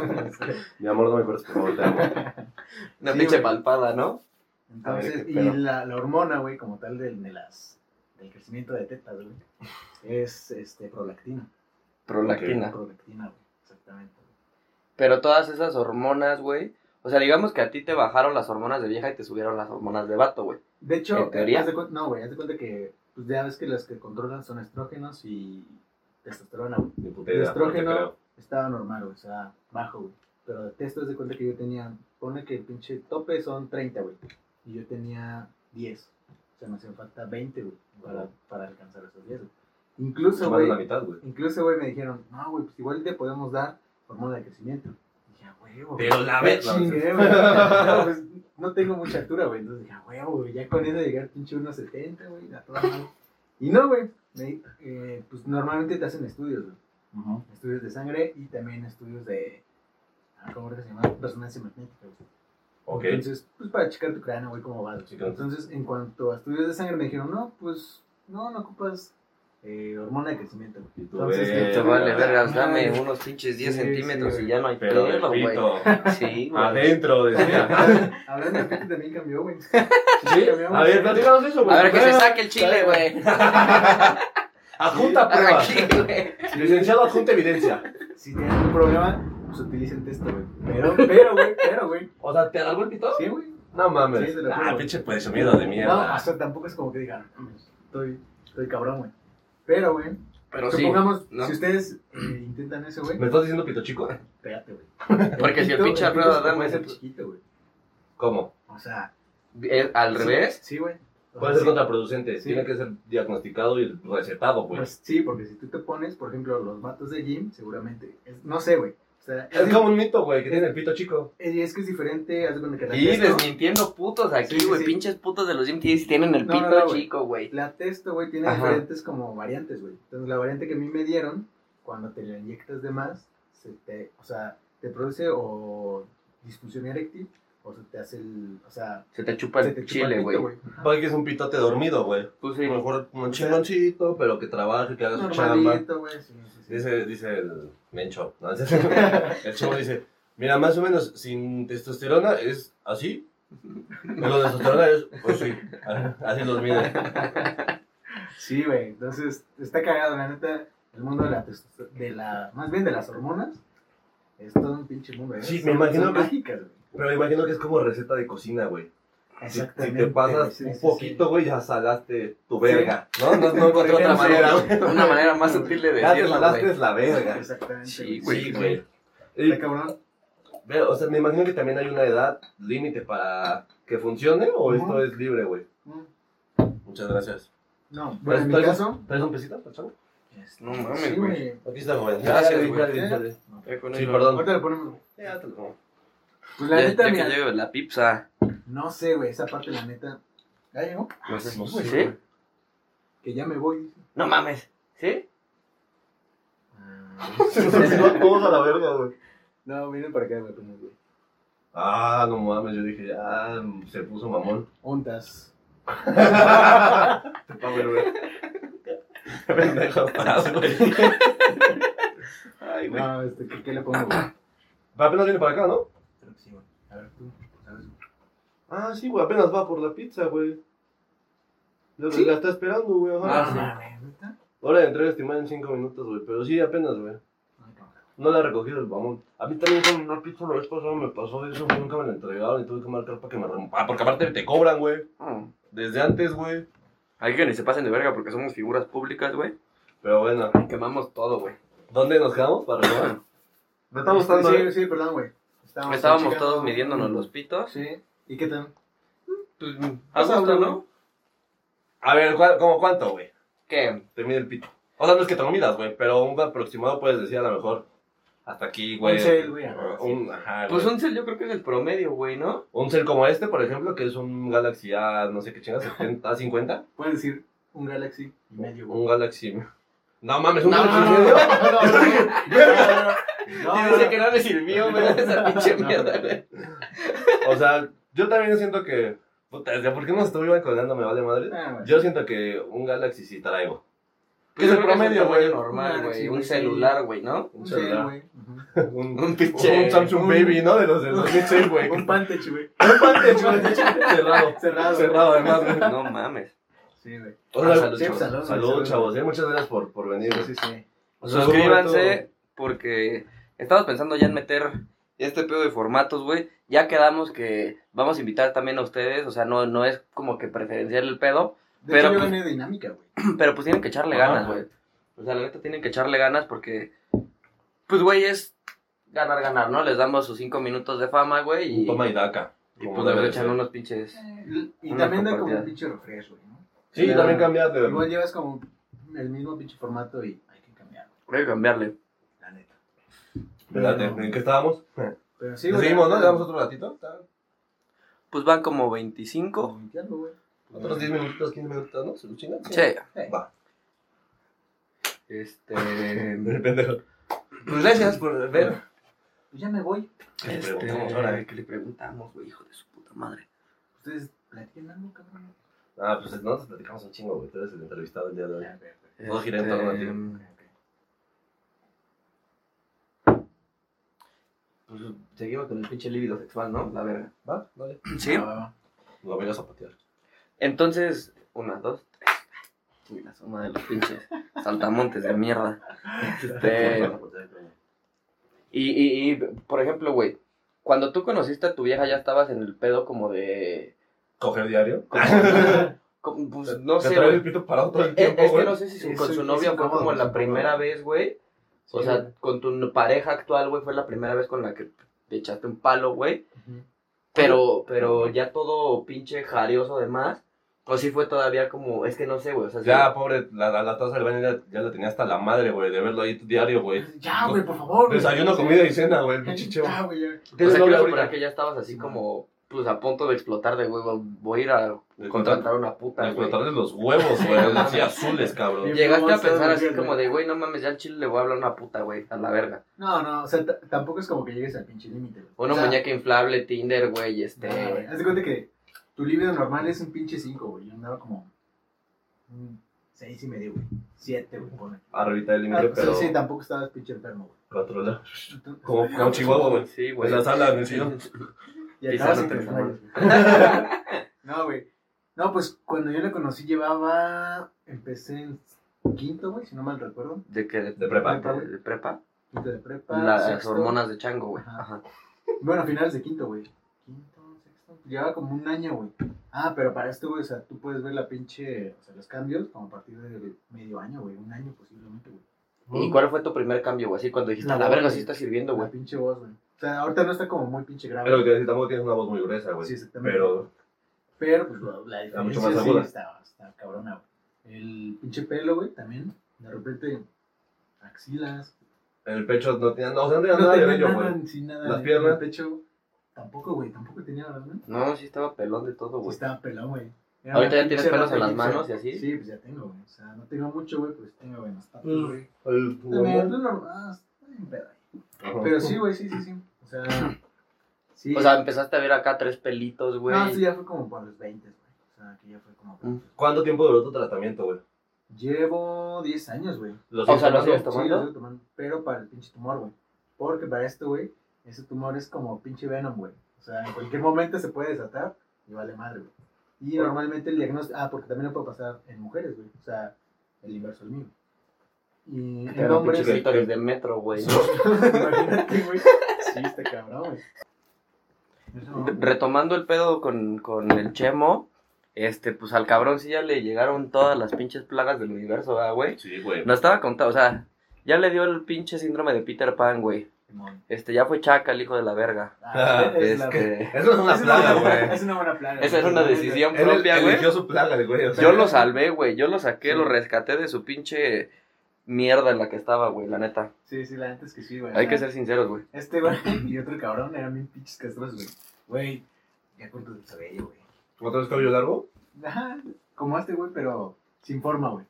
Speaker 2: mi amor, no me acuerdo, por favor, te amo.
Speaker 1: Una
Speaker 3: Sí,
Speaker 1: pinche
Speaker 3: güey.
Speaker 1: palpada, ¿no?
Speaker 3: Entonces,
Speaker 2: A ver, qué
Speaker 3: y
Speaker 2: pedo.
Speaker 3: la, la hormona, güey, como tal del, de las, del crecimiento de tetas, güey, es este, prolactina.
Speaker 1: Prolactina.
Speaker 3: Prolactina, güey, exactamente.
Speaker 1: Pero todas esas hormonas, güey. O sea, digamos que a ti te bajaron las hormonas de vieja y te subieron las hormonas de vato, güey.
Speaker 3: De hecho,
Speaker 1: ¿En teoría?
Speaker 3: haz de cuen- no, güey, haz de cuenta que pues, ya ves que las que controlan son estrógenos y testosterona, güey.
Speaker 2: Ni puta idea,
Speaker 3: Estrógeno.
Speaker 2: no te creo.
Speaker 3: Estaba normal, güey, o sea, bajo, güey. Pero de testo, haz de cuenta que yo tenía, pone que el pinche tope son 30, güey. Y yo tenía 10. O sea, me hacían falta 20, güey, para, para alcanzar esos 10, güey. Incluso,
Speaker 2: Más de la
Speaker 3: güey,
Speaker 2: mitad, güey.
Speaker 3: incluso, güey, me dijeron, no, güey, pues igual te podemos dar hormona de crecimiento. Y dije, "A huevo. güey".
Speaker 2: la
Speaker 3: Me chingué, güey. No, pues, no tengo mucha altura, güey. Entonces dije, "A huevo, güey, ya con eso llegar pinche 1.70, güey, a toda madre". Y no, güey, me- eh, pues normalmente te hacen estudios, güey estudios de sangre y también estudios de ah, ¿cómo se llama? resonancia magnética. güey.
Speaker 2: Ok.
Speaker 3: Entonces, pues para checar tu cráneo, güey, cómo vas. güey.
Speaker 2: Sí, claro.
Speaker 3: Entonces, en cuanto a estudios de sangre me dijeron, "No, pues no no ocupas eh, hormona de crecimiento.
Speaker 2: Y tú,
Speaker 3: Entonces,
Speaker 2: eh,
Speaker 1: Te vale,
Speaker 3: Ah,
Speaker 1: vergas, dame
Speaker 3: madre.
Speaker 1: unos pinches 10
Speaker 3: Sí,
Speaker 1: centímetros
Speaker 3: sí,
Speaker 1: y ya no hay
Speaker 2: Pero del
Speaker 1: pelo, güey.
Speaker 2: pito.
Speaker 1: Sí, güey.
Speaker 2: Adentro, decía.
Speaker 3: Hablando de pito también cambió, güey.
Speaker 2: ¿Sí? A ver, platícanos eso, güey.
Speaker 1: A ver que se
Speaker 2: Prueba.
Speaker 1: saque el chile, güey.
Speaker 2: Adjunta prueba.
Speaker 1: Aquí, güey.
Speaker 2: Licenciado, adjunta evidencia.
Speaker 3: Si tienen un problema, pues utilicen esto, güey. Pero, pero, güey, pero, güey.
Speaker 2: O sea, ¿te alargó el pito?
Speaker 3: Sí, güey.
Speaker 2: No
Speaker 3: Sí,
Speaker 2: mames.
Speaker 3: te lo juro,
Speaker 2: ah,
Speaker 3: güey.
Speaker 2: pinche pues, miedo de
Speaker 3: No,
Speaker 2: mierda.
Speaker 3: o sea, tampoco es como que digan, "No, mames, estoy, estoy cabrón, güey. Pero, güey,
Speaker 1: Pero sí,
Speaker 3: supongamos,
Speaker 1: no.
Speaker 3: si ustedes eh, intentan eso, güey,
Speaker 2: ¿Me estás diciendo pito chico?
Speaker 3: espérate, güey.
Speaker 1: porque si el
Speaker 3: pito-
Speaker 1: pinche
Speaker 3: pito
Speaker 1: Alfredo
Speaker 3: se te
Speaker 1: Adame
Speaker 3: puede
Speaker 1: es
Speaker 3: hacer chiquito, güey.
Speaker 2: ¿Cómo?
Speaker 3: O sea,
Speaker 1: eh, al
Speaker 3: sí,
Speaker 1: revés,
Speaker 3: Sí, güey. O
Speaker 2: Puede
Speaker 3: sea,
Speaker 2: ser
Speaker 3: sí.
Speaker 2: contraproducente.
Speaker 3: Sí.
Speaker 2: Tiene que ser diagnosticado y recetado, güey.
Speaker 3: Pues sí, porque si tú te pones, por ejemplo, los vatos de gym, seguramente, es- no sé, güey. O sea, es,
Speaker 2: es como un mito, güey, que tiene el pito chico.
Speaker 3: eh, es que es diferente, haz de cuenta que la
Speaker 1: Y
Speaker 3: testo,
Speaker 1: desmintiendo putos aquí,
Speaker 3: Sí,
Speaker 1: güey.
Speaker 3: sí.
Speaker 1: Pinches putos de los MTs tienen el
Speaker 3: No,
Speaker 1: pito
Speaker 3: no, no, güey.
Speaker 1: chico, güey.
Speaker 3: la testo, güey, tiene
Speaker 1: Ajá.
Speaker 3: diferentes como variantes, güey. Entonces, la variante que a mí me dieron, cuando te la inyectas de más, se te, o sea, te produce o disfunción eréctil, o se te hace el, o sea,
Speaker 1: Se te chupa
Speaker 3: se
Speaker 1: el
Speaker 3: te chupa
Speaker 1: chile,
Speaker 3: el pito,
Speaker 1: güey.
Speaker 3: Ajá.
Speaker 2: Puede que es un pitote dormido, güey.
Speaker 1: Pues
Speaker 2: A
Speaker 1: sí.
Speaker 2: lo mejor un chingoncito, pero que trabaje, que haga su chamba.
Speaker 3: Normalito, güey, sí, sí, sí.
Speaker 2: Dice, dice el mencho. ¿no? El chavo dice, mira, más o menos, sin testosterona es así. Pero testosterona es, pues sí. Así los mide.
Speaker 3: Sí, güey, entonces está cagado, la neta, el mundo de la, testo- de la, más bien de las hormonas, es todo un pinche mundo, ¿eh?
Speaker 2: Sí, me
Speaker 3: Son-
Speaker 2: imagino
Speaker 3: son
Speaker 2: que-
Speaker 3: mágicas, güey.
Speaker 2: Pero me imagino que es como receta de cocina, güey. Si, si
Speaker 3: Exactamente.
Speaker 2: te pasas
Speaker 3: sí,
Speaker 2: un
Speaker 3: sí,
Speaker 2: poquito, güey, ya salaste tu
Speaker 3: Sí.
Speaker 2: verga. No, no, no encontré
Speaker 1: Otra
Speaker 2: otra manera,
Speaker 1: manera,
Speaker 2: güey.
Speaker 1: Una manera más sutil de
Speaker 2: Ya te
Speaker 1: decirlo,
Speaker 2: salaste
Speaker 1: güey.
Speaker 2: es la
Speaker 3: sí.
Speaker 2: verga.
Speaker 3: Exactamente.
Speaker 1: Sí,
Speaker 3: güey.
Speaker 1: güey.
Speaker 2: Sí, güey. Y-
Speaker 3: Está cabrón.
Speaker 2: Pero, o sea, me imagino que también hay una edad límite para que funcione o
Speaker 3: Ujú.
Speaker 2: esto es libre, güey.
Speaker 3: Mm,
Speaker 2: Muchas gracias.
Speaker 3: No, bueno, en mi
Speaker 2: ¿Traes-
Speaker 3: caso.
Speaker 2: ¿Traes un pesito, pachón?
Speaker 1: No mames,
Speaker 3: sí,
Speaker 1: güey.
Speaker 2: Aquí está, joven.
Speaker 1: Gracias,
Speaker 2: Dale,
Speaker 1: güey.
Speaker 2: dale,
Speaker 3: ¿Eh?
Speaker 2: dale.
Speaker 1: Ya con
Speaker 2: Sí,
Speaker 1: eso.
Speaker 2: perdón.
Speaker 3: Ahorita le ponemos.
Speaker 2: Ya te lo tomo.
Speaker 3: Pues la
Speaker 1: Ya,
Speaker 3: neta,
Speaker 1: ya
Speaker 3: mira,
Speaker 1: que llegue la pizza.
Speaker 3: no sé, güey, esa parte, la neta. ¿Ya llegó?
Speaker 1: No sé,
Speaker 2: No
Speaker 1: güey,
Speaker 2: sé,
Speaker 1: ¿sí?
Speaker 2: güey.
Speaker 3: Que ya me voy. dice.
Speaker 1: No mames. ¿Sí?
Speaker 3: Ah,
Speaker 2: Se nos olvidó todos a la verga, güey.
Speaker 3: no, miren para acá, güey, como, güey.
Speaker 2: Ah, no mames, yo dije, ya se puso mamón.
Speaker 3: Ontas.
Speaker 2: Te pago el güey. Pendejo, estás, güey. Ay, güey.
Speaker 3: No, este, ¿qué, qué le pongo, güey?
Speaker 2: Va, Apenas viene para acá, ¿no?
Speaker 3: Creo que sí, güey. A ver, tú, ¿sabes?
Speaker 2: Ah, sí, güey, apenas va por la pizza, güey. La,
Speaker 3: ¿Sí?
Speaker 2: la está esperando, güey.
Speaker 1: Ah,
Speaker 2: Ajá.
Speaker 1: sí.
Speaker 3: mames, ¿neta?
Speaker 2: Hora de entrega estimada en 5 minutos, güey. Pero sí, apenas, güey.
Speaker 3: No, no.
Speaker 2: No la ha recogido el mamón. A mí también con una pizza la vez pasada me pasó eso, güey. Nunca me la entregaron y tuve que marcar para que me rem- Ah, porque aparte te cobran, güey.
Speaker 3: Mm.
Speaker 1: Oh.
Speaker 2: Desde antes, güey.
Speaker 1: Hay que ni se pasen de verga porque somos figuras públicas, güey.
Speaker 2: Pero bueno,
Speaker 1: Quemamos todo, güey.
Speaker 2: ¿dónde nos quedamos para renovar? Me está gustando,
Speaker 3: Sí,
Speaker 2: eh.
Speaker 3: sí, perdón, güey. Estábamos,
Speaker 1: Estábamos
Speaker 3: checando.
Speaker 1: todos midiéndonos los pitos.
Speaker 3: Sí. ¿Y qué tal?
Speaker 1: Pues, ¿A gusto,
Speaker 3: habla,
Speaker 1: no?
Speaker 2: A ver, ¿cuál- ¿cómo cuánto, güey?
Speaker 1: ¿Qué?
Speaker 2: Te mide el pito. O sea, no es que te lo midas, güey, pero un aproximado puedes decir a lo mejor. Hasta aquí, güey.
Speaker 3: Un cel, güey,
Speaker 2: Ah,
Speaker 3: ajá,
Speaker 2: Un, ajá,
Speaker 1: Pues
Speaker 2: güey.
Speaker 1: un cel yo creo que es el promedio, güey, ¿no?
Speaker 2: Un cel como este, por ejemplo, que es un Galaxy A, no sé qué chingas, 70, 50.
Speaker 3: Puedes decir un Galaxy y medio, güey.
Speaker 2: Un Galaxy. No mames, un
Speaker 1: No,
Speaker 2: Galaxy.
Speaker 1: no, no,
Speaker 2: medio.
Speaker 3: No,
Speaker 1: Yo
Speaker 3: no,
Speaker 1: pensé que no le sirvió, güey, esa pinche mierda, güey.
Speaker 2: O sea, yo también siento que. Puta, o sea, ¿por qué no estuvieron colgando? Me vale madre.
Speaker 3: Ah, güey.
Speaker 2: Yo siento que un Galaxy sí traigo.
Speaker 1: Pues
Speaker 2: Es el
Speaker 1: yo creo que
Speaker 2: promedio,
Speaker 1: tamaño
Speaker 2: güey.
Speaker 1: normal,
Speaker 3: Claro,
Speaker 1: güey. Un
Speaker 3: sí, güey, sí.
Speaker 1: celular, güey, ¿no?
Speaker 2: Un
Speaker 3: Un
Speaker 2: celular.
Speaker 3: cel, güey. Ujú.
Speaker 2: Un,
Speaker 1: Un pinche-
Speaker 2: un Samsung
Speaker 3: un-
Speaker 2: Baby, ¿no? De los del 2006, güey.
Speaker 3: Un Pantech, güey.
Speaker 2: Un Pantech, güey. Cerrado.
Speaker 3: Cerrado.
Speaker 2: Cerrado, además, güey.
Speaker 1: No mames.
Speaker 3: Sí, güey.
Speaker 2: O sea,
Speaker 1: Ah, salud,
Speaker 2: sí,
Speaker 1: chavos.
Speaker 2: salud,
Speaker 3: Salud.
Speaker 2: chavos. eh, Muchas gracias por, por venir.
Speaker 3: Sí, sí, sí.
Speaker 2: O sea,
Speaker 1: Suscríbanse porque estamos pensando ya en meter este pedo de formatos, güey. Ya quedamos que vamos a invitar también a ustedes, o sea, no, no es como que preferencial el pedo,
Speaker 3: De
Speaker 1: Pero,
Speaker 3: hecho, yo
Speaker 1: pues-
Speaker 3: gané dinámica, güey.
Speaker 1: pero pues tienen que echarle
Speaker 2: Ajá,
Speaker 1: ganas, güey. O sea, la neta tienen que echarle ganas porque, pues, güey, es ganar, ganar, ¿no? Les damos sus cinco minutos de fama, güey,
Speaker 2: Un
Speaker 1: y,
Speaker 2: toma y daca.
Speaker 1: y
Speaker 2: como
Speaker 1: pues
Speaker 2: debe
Speaker 1: les echan
Speaker 2: ser.
Speaker 1: unos pinches...
Speaker 3: Y
Speaker 1: Una
Speaker 3: también da como
Speaker 1: compartida.
Speaker 3: un pinche refresh, güey, ¿no?
Speaker 2: Sí,
Speaker 3: Ya.
Speaker 2: también cambiaste, güey.
Speaker 3: Igual llevas como el mismo pinche formato y hay que cambiarlo,
Speaker 1: Voy a cambiarle.
Speaker 3: la neta.
Speaker 2: Espérate,
Speaker 3: Pero-
Speaker 2: ¿en qué estábamos?
Speaker 3: Pero sí, güey.
Speaker 2: Seguimos, ¿no? ¿Le damos otro ratito?
Speaker 1: Pues van como 25.
Speaker 3: Como que algo, güey.
Speaker 2: Otros 10 minutitos, 15 minutitos, ¿no? ¿Se lo chingan?
Speaker 1: Sí.
Speaker 3: Sí.
Speaker 2: Va.
Speaker 1: Este.
Speaker 2: Pendejo. Pues gracias por ver.
Speaker 3: Pues ya me voy.
Speaker 2: ¿Qué
Speaker 1: Este,
Speaker 2: le preguntamos ahora?
Speaker 1: ¿Qué le preguntamos, güey, hijo de su puta madre?
Speaker 3: Ustedes platiquen algo, cabrón.
Speaker 2: Ah, pues no, nos platicamos un chingo, güey. Tú eres el entrevistado el día de hoy.
Speaker 3: Ya, güey, güey.
Speaker 2: Todo gira en
Speaker 1: Este,
Speaker 2: torno a ti.
Speaker 3: Ok.
Speaker 1: pues, seguimos con el pinche líbido sexual, ¿no? La verga.
Speaker 2: Va, dale.
Speaker 1: Sí.
Speaker 3: Ah, Va, va, va.
Speaker 2: Lo voy a zapatear.
Speaker 1: Entonces, una, dos, tres. Uy, la suma de los pinches saltamontes de mierda. Este. Y, y, y, por ejemplo, güey, cuando tú conociste a tu vieja ya estabas en el pedo como de...
Speaker 2: ¿Coger diario?
Speaker 1: como- como- pues no
Speaker 2: Te
Speaker 1: sé,
Speaker 2: trae
Speaker 1: güey. Eh,
Speaker 2: el pito parado todo el
Speaker 1: Es,
Speaker 2: tiempo,
Speaker 1: es que
Speaker 2: güey.
Speaker 1: no sé si su-
Speaker 3: Sí,
Speaker 1: con
Speaker 3: sí,
Speaker 1: su
Speaker 3: sí,
Speaker 1: novia fue
Speaker 3: sí, incómodo,
Speaker 1: como la
Speaker 3: incómodo.
Speaker 1: primera vez, güey. O
Speaker 3: Sí,
Speaker 1: sea,
Speaker 3: güey.
Speaker 1: con tu pareja actual, güey, fue la primera vez con la que te echaste un palo, güey. Pero, pero ya todo pinche jarioso además. O si fue todavía como, es que no sé, güey. O sea, sí-
Speaker 2: Ya, pobre, la, la, la taza del baño ya, ya la tenía hasta la madre, güey, de verlo ahí diario, güey.
Speaker 3: Ya, güey, por favor. güey.
Speaker 2: Desayuno, comida y cena, güey, el pinche chavo.
Speaker 3: Ya, güey, ya.
Speaker 1: O
Speaker 2: Tienes
Speaker 1: sea, quiero
Speaker 2: novia
Speaker 1: suponer
Speaker 2: ahorita.
Speaker 1: que ya estabas así como, pues a punto de explotar de huevo. Voy a ir a
Speaker 2: De
Speaker 1: contratar una puta,
Speaker 2: Para
Speaker 1: güey.
Speaker 2: explotarles los huevos, güey, así azules, cabrón.
Speaker 1: Llegaste a
Speaker 3: Vamos a
Speaker 1: pensar
Speaker 3: ver,
Speaker 1: así
Speaker 3: güey.
Speaker 1: como de, güey, no mames, ya al chile le voy a hablar a una puta, güey, a la verga.
Speaker 3: No, no, o sea, t- tampoco es como que llegues al pinche límite, güey.
Speaker 1: Una
Speaker 3: O sea,
Speaker 1: muñeca inflable, Tinder, güey, este.
Speaker 3: Ah, güey. Haz de cuenta que tu libido normal es un pinche 5, güey. Yo andaba como 6 y medio, güey. 7, güey, pone.
Speaker 2: Arribita del
Speaker 3: Ah,
Speaker 2: límite,
Speaker 3: o sea,
Speaker 2: pero
Speaker 3: sí, tampoco estabas pinche enfermo, güey.
Speaker 2: controla.
Speaker 3: Entonces-
Speaker 2: Como, como chihuahua, güey.
Speaker 1: Sí, güey.
Speaker 2: En la sala, en el sillón.
Speaker 3: Y
Speaker 1: Quizá
Speaker 3: acabas
Speaker 1: no
Speaker 3: en
Speaker 1: te
Speaker 3: tus
Speaker 1: desmayes.
Speaker 3: manos, güey. No, güey. No, pues cuando yo la conocí llevaba. Empecé en quinto, güey, si no mal recuerdo.
Speaker 1: ¿De qué? ¿De,
Speaker 2: De prepa.
Speaker 1: de, de prepa?
Speaker 3: Quinto de prepa.
Speaker 1: Las
Speaker 3: Ah, sexto.
Speaker 1: hormonas de chango, güey.
Speaker 3: Ajá.
Speaker 1: Ajá.
Speaker 3: Bueno, finales de quinto, güey. Quinto, sexto. Llevaba como un año, güey. Ah, pero para esto, güey, o sea, tú puedes ver la pinche. O sea, los cambios como a partir de medio año, güey. Un año posiblemente, güey.
Speaker 1: ¿Y cuál fue tu primer cambio, güey? Así cuando dijiste,
Speaker 3: Mm. La
Speaker 1: la
Speaker 3: voz,
Speaker 1: verga
Speaker 3: güey.
Speaker 1: sí está sirviendo,
Speaker 3: La
Speaker 1: güey.
Speaker 3: pinche voz, güey. O sea, ahorita no está como muy pinche grave.
Speaker 2: Es lo que te decía, tampoco tienes una voz muy gruesa, güey.
Speaker 3: Sí, exactamente.
Speaker 2: Pero
Speaker 3: Pero, pues, la- la
Speaker 2: Está
Speaker 3: diferencia
Speaker 2: mucho más
Speaker 3: sí
Speaker 2: aguda.
Speaker 3: está, está cabrona, güey. El pinche pelo, güey, también. De repente, axilas.
Speaker 2: en el pecho no tenía, no, o sea, no tenía nada de
Speaker 3: tenía
Speaker 2: bello,
Speaker 3: nada,
Speaker 2: güey.
Speaker 3: sí, nada
Speaker 2: Las
Speaker 3: en el
Speaker 2: piernas.
Speaker 3: pecho, tampoco, güey, tampoco tenía, ¿verdad, güey?
Speaker 1: No, sí estaba pelón de todo,
Speaker 3: Sí
Speaker 1: güey.
Speaker 3: estaba pelón, güey. Era
Speaker 1: Ahorita
Speaker 3: una
Speaker 1: ya tienes
Speaker 3: pinche
Speaker 1: pelos
Speaker 3: rata
Speaker 1: en las
Speaker 3: egipcia.
Speaker 1: manos y así.
Speaker 3: Sí, pues ya tengo, güey. O sea, no tengo mucho, güey, pues tengo, güey, en las patas,
Speaker 2: Mm.
Speaker 3: güey.
Speaker 2: El
Speaker 3: También,
Speaker 2: huevo.
Speaker 3: no, no, ah, está bien pedo ahí.
Speaker 2: Ajá.
Speaker 3: Pero sí, güey, sí, sí, sí. O sea, sí.
Speaker 1: O sea, empezaste a ver acá tres pelitos, güey.
Speaker 3: no, sí, ya fue como por los 20, güey. O sea, que ya fue como... por
Speaker 1: Mm.
Speaker 3: los
Speaker 2: ¿Cuánto tiempo duró tu tratamiento, güey?
Speaker 3: Llevo 10 años, güey.
Speaker 2: Los
Speaker 1: O sea, los
Speaker 2: síntomas,
Speaker 1: días
Speaker 2: ¿no?
Speaker 1: tomando?
Speaker 3: Sí, lo sigo tomando, pero para el pinche tumor, güey. Porque para esto, güey, ese tumor es como pinche Venom, güey. O sea, en cualquier momento se puede desatar y vale madre, güey. Y normalmente el diagnóstico. Ah, porque también lo puede pasar en mujeres, güey. O sea, el inverso al mío. Y
Speaker 1: Te
Speaker 3: en
Speaker 1: dan
Speaker 3: hombres.
Speaker 1: pinches clítoris de metro, güey. ¿no?
Speaker 3: Imagínate, güey. Sí, está cabrón, güey. Eso,
Speaker 1: Re- retomando el pedo con, con el Chemo, este, pues al cabrón sí ya le llegaron todas las pinches plagas del universo, ¿verdad, güey?
Speaker 2: Sí, güey.
Speaker 1: No estaba contado, o sea, ya le dio el pinche síndrome de Peter Pan, güey.
Speaker 3: Simón.
Speaker 1: Este, ya fue chaca el hijo de la verga.
Speaker 3: Ah, es la-
Speaker 1: Este,
Speaker 2: Eso es una
Speaker 3: es una
Speaker 2: plaga,
Speaker 3: buena
Speaker 2: güey.
Speaker 3: plaga, Es una buena plaga.
Speaker 1: esa es
Speaker 3: güey.
Speaker 1: una decisión
Speaker 2: Él
Speaker 1: propia, güey.
Speaker 2: eligió su plaga, güey. o sea,
Speaker 1: Yo lo salvé, güey, yo lo saqué,
Speaker 3: Sí.
Speaker 1: lo rescaté de su pinche mierda en la que estaba, güey, la neta.
Speaker 3: Sí, sí, la neta es que sí, güey.
Speaker 1: Hay
Speaker 3: O
Speaker 1: que
Speaker 3: sea,
Speaker 1: ser sinceros, güey.
Speaker 3: Este güey y otro cabrón eran bien pinches castros, güey. Güey, ya corto el cabello, güey.
Speaker 2: ¿Otra vez cabello largo?
Speaker 3: Ajá, como este güey, pero sin forma, güey.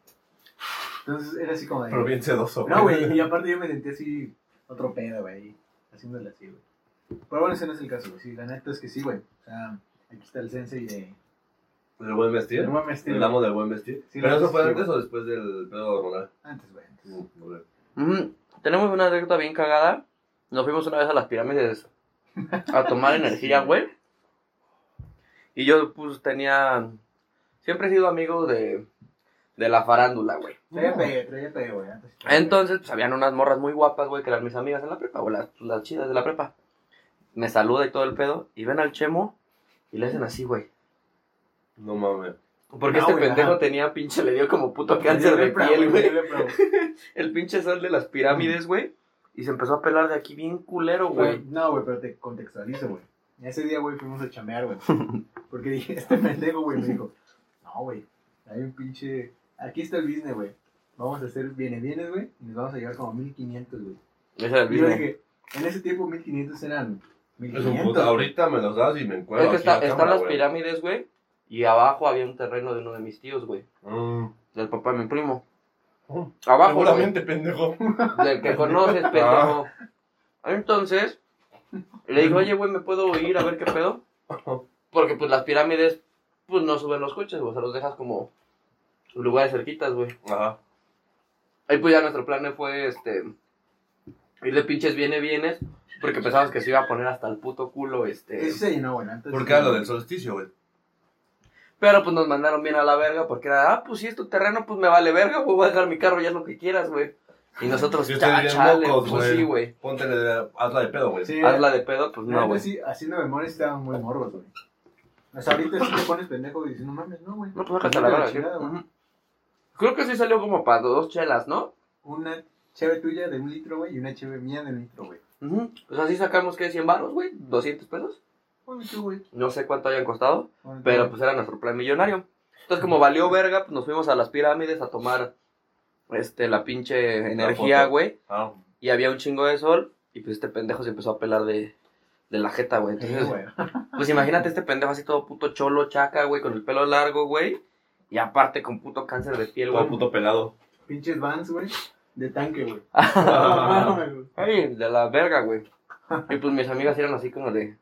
Speaker 3: Entonces era así como de.
Speaker 2: Pero bien sedoso,
Speaker 3: no, güey, y aparte yo me sentí así, otro pedo, güey, haciéndole así, güey. Pero bueno, ese no es el caso, güey. Sí, la neta es que sí, güey. O sea, aquí está el sensei de.
Speaker 2: ¿El buen vestir?
Speaker 3: No mames, este,
Speaker 2: El amo del buen vestir.
Speaker 3: Sí,
Speaker 2: ¿Pero
Speaker 3: lo
Speaker 2: eso fue
Speaker 3: sí,
Speaker 2: antes
Speaker 3: güey.
Speaker 2: o después del pedo hormonal?
Speaker 3: Antes, güey. antes.
Speaker 1: Ujú. Tenemos una anécdota bien cagada. Nos fuimos una vez a las pirámides a tomar energía, güey. Y yo, pues, tenía. Siempre he sido amigo de, de la farándula, güey.
Speaker 3: Traía pedo, traía pedo, güey. antes.
Speaker 1: Entonces, pues, habían unas morras muy guapas, güey, que eran mis amigas en la prepa, o las, pues, las chidas de la prepa. Me saluda y todo el pedo. Y ven al chemo y le hacen así, güey.
Speaker 2: No mames.
Speaker 1: Porque
Speaker 3: No,
Speaker 1: este
Speaker 3: güey,
Speaker 1: pendejo
Speaker 3: ajá.
Speaker 1: tenía pinche, le dio como puto cáncer de
Speaker 3: Lepra,
Speaker 1: piel, güey.
Speaker 3: lepra,
Speaker 1: El pinche sol de las pirámides, güey. Y se empezó a pelar de aquí bien culero, güey.
Speaker 3: Güey, no, güey, pero te contextualizo, güey. Ese día, güey, fuimos a chambear, güey. Porque dije, este pendejo, güey, me dijo, no, güey, hay un pinche... Aquí está el business, güey. Vamos a hacer bienes, bienes, güey, y nos vamos a llevar como 1500, güey.
Speaker 1: Ese era el
Speaker 3: Y yo
Speaker 1: video.
Speaker 3: dije, en ese tiempo 1500 eran
Speaker 2: Es un puto.
Speaker 3: 1500.
Speaker 2: Ahorita me los das y me encuentro.
Speaker 1: Es que está- están las
Speaker 2: pirámides.
Speaker 1: pirámides, güey. Y abajo había un terreno de uno de mis tíos, güey. Del papá de mi primo. Abajo, güey.
Speaker 2: Mm, Seguramente, pendejo.
Speaker 1: Del que conoces, pendejo. Entonces, le digo, oye, güey, ¿me puedo ir a ver qué pedo? Porque, pues, las pirámides pues no suben los coches, güey. O sea, los dejas como lugares cerquitas, güey.
Speaker 2: Ajá.
Speaker 1: Ahí pues ya nuestro plan fue, este, ir de pinches viene vienes, porque pensábamos que se iba a poner hasta el puto culo, este.
Speaker 3: Ese se llenó, güey. antes
Speaker 2: Porque era lo del solsticio, güey.
Speaker 1: Pero pues nos mandaron bien a la verga, porque era, ah, pues si es tu terreno, pues me vale verga, güey, voy a dejar mi carro, ya es lo que quieras, güey. Y nosotros,
Speaker 2: Si
Speaker 1: ya,
Speaker 2: ustedes vienen
Speaker 1: chale,
Speaker 2: locos,
Speaker 1: pues
Speaker 2: güey.
Speaker 1: sí, güey.
Speaker 2: Póntele, de- hazla de pedo, güey.
Speaker 3: Sí,
Speaker 1: Hazla de pedo, pues
Speaker 3: No,
Speaker 1: no, güey.
Speaker 3: Sí, haciendo memoria estaban muy morros, güey. O sea, ahorita sí te pones pendejo y dices, no mames, no, güey.
Speaker 1: No, pues hasta la
Speaker 3: Vete a
Speaker 1: verga.
Speaker 3: chingada,
Speaker 1: ¿sí?
Speaker 3: güey.
Speaker 1: Ujú. Creo que sí salió como para dos chelas, ¿no?
Speaker 3: Una cheve tuya de un litro, güey, y una cheve mía de un litro, güey.
Speaker 1: Ujú. O sea, sí sacamos, que 100 baros, güey, 200 pesos.
Speaker 3: Oye, tú, güey.
Speaker 1: No sé cuánto hayan costado.
Speaker 3: Oye, tú,
Speaker 1: Pero
Speaker 3: güey.
Speaker 1: pues era nuestro plan millonario. Entonces, como valió verga, pues nos fuimos a las pirámides a tomar este la pinche energía,
Speaker 2: foto.
Speaker 1: güey.
Speaker 2: Ah,
Speaker 1: Y había un chingo de sol. Y pues este pendejo se empezó a pelar de, de la jeta, güey.
Speaker 3: Sí,
Speaker 1: Entonces,
Speaker 3: güey.
Speaker 1: pues imagínate este pendejo así todo puto cholo, chaca, güey, con el pelo largo, güey. Y aparte con puto cáncer de piel,
Speaker 2: todo
Speaker 1: güey.
Speaker 2: puto pelado.
Speaker 3: Pinches vans, güey. De tanque, güey. No
Speaker 2: Ah,
Speaker 3: mames, güey.
Speaker 1: Ay, de la verga, güey. Y pues mis amigas eran así como de.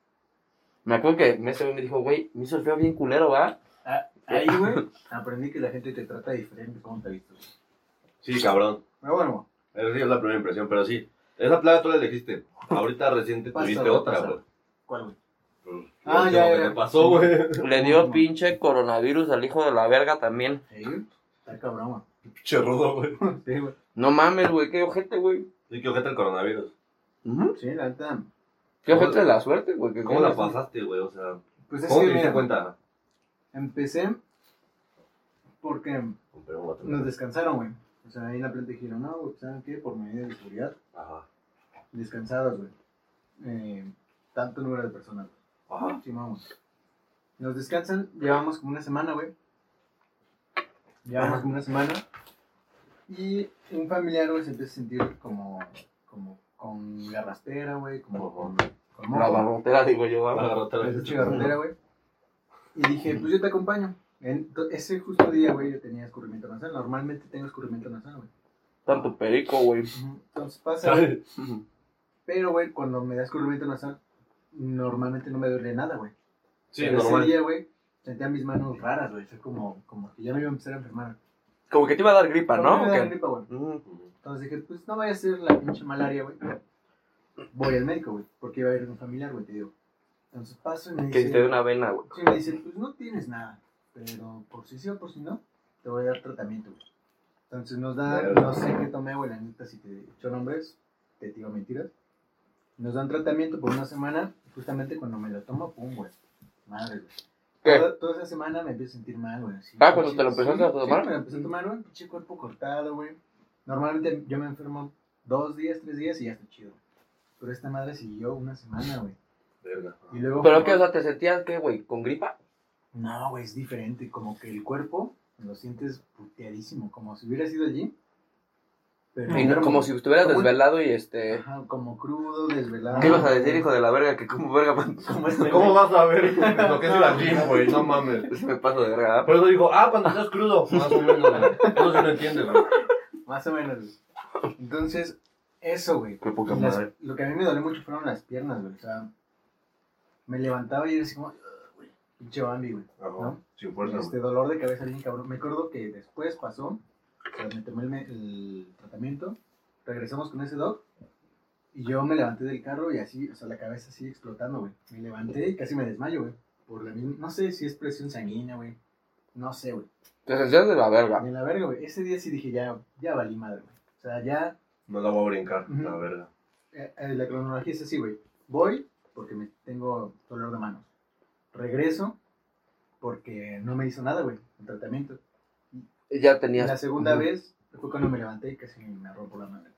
Speaker 1: Me acuerdo que ese güey me dijo, güey, me hizo el feo bien culero, ¿va?
Speaker 3: Ah, Ahí, güey, aprendí que la gente te trata diferente como te ha visto. güey.
Speaker 2: sí, cabrón.
Speaker 3: Pero bueno,
Speaker 2: Esa sí es la primera impresión, pero sí. Esa plaga tú la elegiste. Ahorita reciente
Speaker 3: Pasa,
Speaker 2: tuviste
Speaker 3: güey,
Speaker 2: otra,
Speaker 3: pasa.
Speaker 2: güey.
Speaker 3: ¿cuál, güey?
Speaker 2: Pues,
Speaker 3: Ah,
Speaker 2: lo
Speaker 3: ya,
Speaker 2: que
Speaker 3: ya, ya.
Speaker 2: te pasó, güey.
Speaker 1: Le dio pinche coronavirus al hijo de la verga también.
Speaker 3: Sí, güey. Está cabrón,
Speaker 2: Pinche rudo, güey.
Speaker 3: güey. Sí, güey.
Speaker 1: No mames, güey, qué ojete, güey.
Speaker 2: Sí, que ojete el coronavirus.
Speaker 3: Sí, la neta.
Speaker 1: Qué
Speaker 2: ¿Cómo-
Speaker 1: ojete de la suerte, güey. que-
Speaker 2: ¿Cómo la pasaste, güey? O sea,
Speaker 3: Pues es
Speaker 2: ¿cómo
Speaker 3: que,
Speaker 2: te diste
Speaker 3: mira,
Speaker 2: cuenta?
Speaker 3: empecé porque
Speaker 2: Compré un
Speaker 3: nos
Speaker 2: guatemala.
Speaker 3: descansaron, güey. O sea, ahí en la planta dijeron, no, güey, pues, ¿saben qué? Por medida de seguridad,
Speaker 2: Ajá.
Speaker 3: descansadas, güey. Eh, tanto número de personas.
Speaker 2: Ajá.
Speaker 3: Sí, vamos. Nos descansan, llevamos como una semana, güey. Llevamos como una semana. Y un familiar, güey, se empieza a sentir como, como con garrastera, güey, como con, con
Speaker 1: La
Speaker 3: moco,
Speaker 1: barrotera, digo yo,
Speaker 2: La
Speaker 1: va.
Speaker 2: garrotera.
Speaker 3: esa garrotera, güey. Y dije, pues yo te acompaño. En- to- ese justo día, güey, yo tenía escurrimiento nasal. Normalmente tengo escurrimiento nasal, güey.
Speaker 1: Tanto perico, güey.
Speaker 3: Entonces pasa, güey.
Speaker 2: ¿Sabes?
Speaker 1: Ujú.
Speaker 3: Pero, güey, cuando me da escurrimiento nasal, normalmente no me duele nada, güey.
Speaker 2: Sí,
Speaker 3: Pero Ese
Speaker 2: normal.
Speaker 3: día, güey, sentía mis manos raras, güey. Fue como, como que ya me iba a empezar a enfermar.
Speaker 1: Como que te iba a dar gripa,
Speaker 3: Me
Speaker 1: ¿no?
Speaker 3: iba a dar
Speaker 1: ¿O qué?
Speaker 3: gripa, güey.
Speaker 2: Mm.
Speaker 1: Ujú.
Speaker 3: Entonces dije, pues no vaya a ser la pinche malaria, güey. Voy al médico, güey, porque iba a ir un familiar, güey, te digo. Entonces paso y me
Speaker 1: Que
Speaker 3: dice,
Speaker 1: si te dé una vena, güey.
Speaker 3: sí, me dice, pues no tienes nada, pero por si sí o por si no, te voy a dar tratamiento, güey. Entonces nos da,
Speaker 2: Verga.
Speaker 3: no sé qué tomé, güey, la neta, si te echo nombres, te digo mentiras. Nos dan tratamiento por una semana, y justamente cuando me lo tomo, pum, güey. Madre, güey.
Speaker 1: ¿Qué?
Speaker 3: Toda, toda esa semana me empiezo a sentir mal, güey. así,
Speaker 1: Ah, ¿cuando
Speaker 3: pinche-
Speaker 1: te lo empezaste
Speaker 3: sí,
Speaker 1: a tomar?
Speaker 3: Sí, me lo empecé a tomar, güey. Pinche cuerpo cortado, güey. Normalmente yo me enfermo dos días, tres días y ya estoy chido. Pero esta madre siguió una semana, güey.
Speaker 2: Verga.
Speaker 3: Y luego.
Speaker 1: ¿Pero qué? O sea, ¿te sentías qué, güey? ¿Con gripa?
Speaker 3: No, güey, es diferente. Como que el cuerpo lo sientes puteadísimo. Como si hubiera sido allí. Pero
Speaker 1: Y no- como si estuvieras
Speaker 3: ¿Cómo?
Speaker 1: desvelado y este...
Speaker 3: Ajá, como crudo, desvelado.
Speaker 1: ¿Qué ibas a decir, hijo de la verga? Que como verga, pues, man,
Speaker 3: Como este,
Speaker 2: ¿Cómo
Speaker 3: güey.
Speaker 2: vas a ver lo que es el gym, güey? No mames.
Speaker 1: se me paso de verga. ¿ah?
Speaker 2: Por eso dijo, ah, cuando estás crudo. Más o menos, güey. Eso sí lo entiendes, güey.
Speaker 3: Más o menos, güey. Entonces, eso, güey.
Speaker 2: Qué poca
Speaker 3: Y las-
Speaker 2: madre.
Speaker 3: lo que a mí me dolió mucho fueron las piernas, güey. O sea, me levantaba y era así como, "Ugh, güey, pinche Bambi, güey.
Speaker 2: Ajá. Sin fuerza,
Speaker 3: Este
Speaker 2: güey.
Speaker 3: dolor de cabeza bien cabrón. Me acuerdo que después pasó, o sea, me tomé el, me- el tratamiento, regresamos con ese doc y yo me levanté del carro y así, o sea, la cabeza así explotando, güey. Me levanté y casi me desmayo, güey. Por la misma, no sé si es presión sanguínea, güey. No sé, güey.
Speaker 1: Te sentías de la verga.
Speaker 3: En la verga, güey. Ese día sí dije, ya, ya valí madre, güey. O sea, ya
Speaker 2: No la voy a brincar,
Speaker 3: Ujú.
Speaker 2: la verga.
Speaker 3: Eh, eh, la cronología es así, güey. Voy porque me tengo dolor de manos. Regreso porque no me hizo nada, güey, el tratamiento.
Speaker 1: Ya
Speaker 3: Y
Speaker 1: tenías...
Speaker 3: la segunda
Speaker 1: Ujú.
Speaker 3: vez fue cuando me levanté y casi me rompo la madre.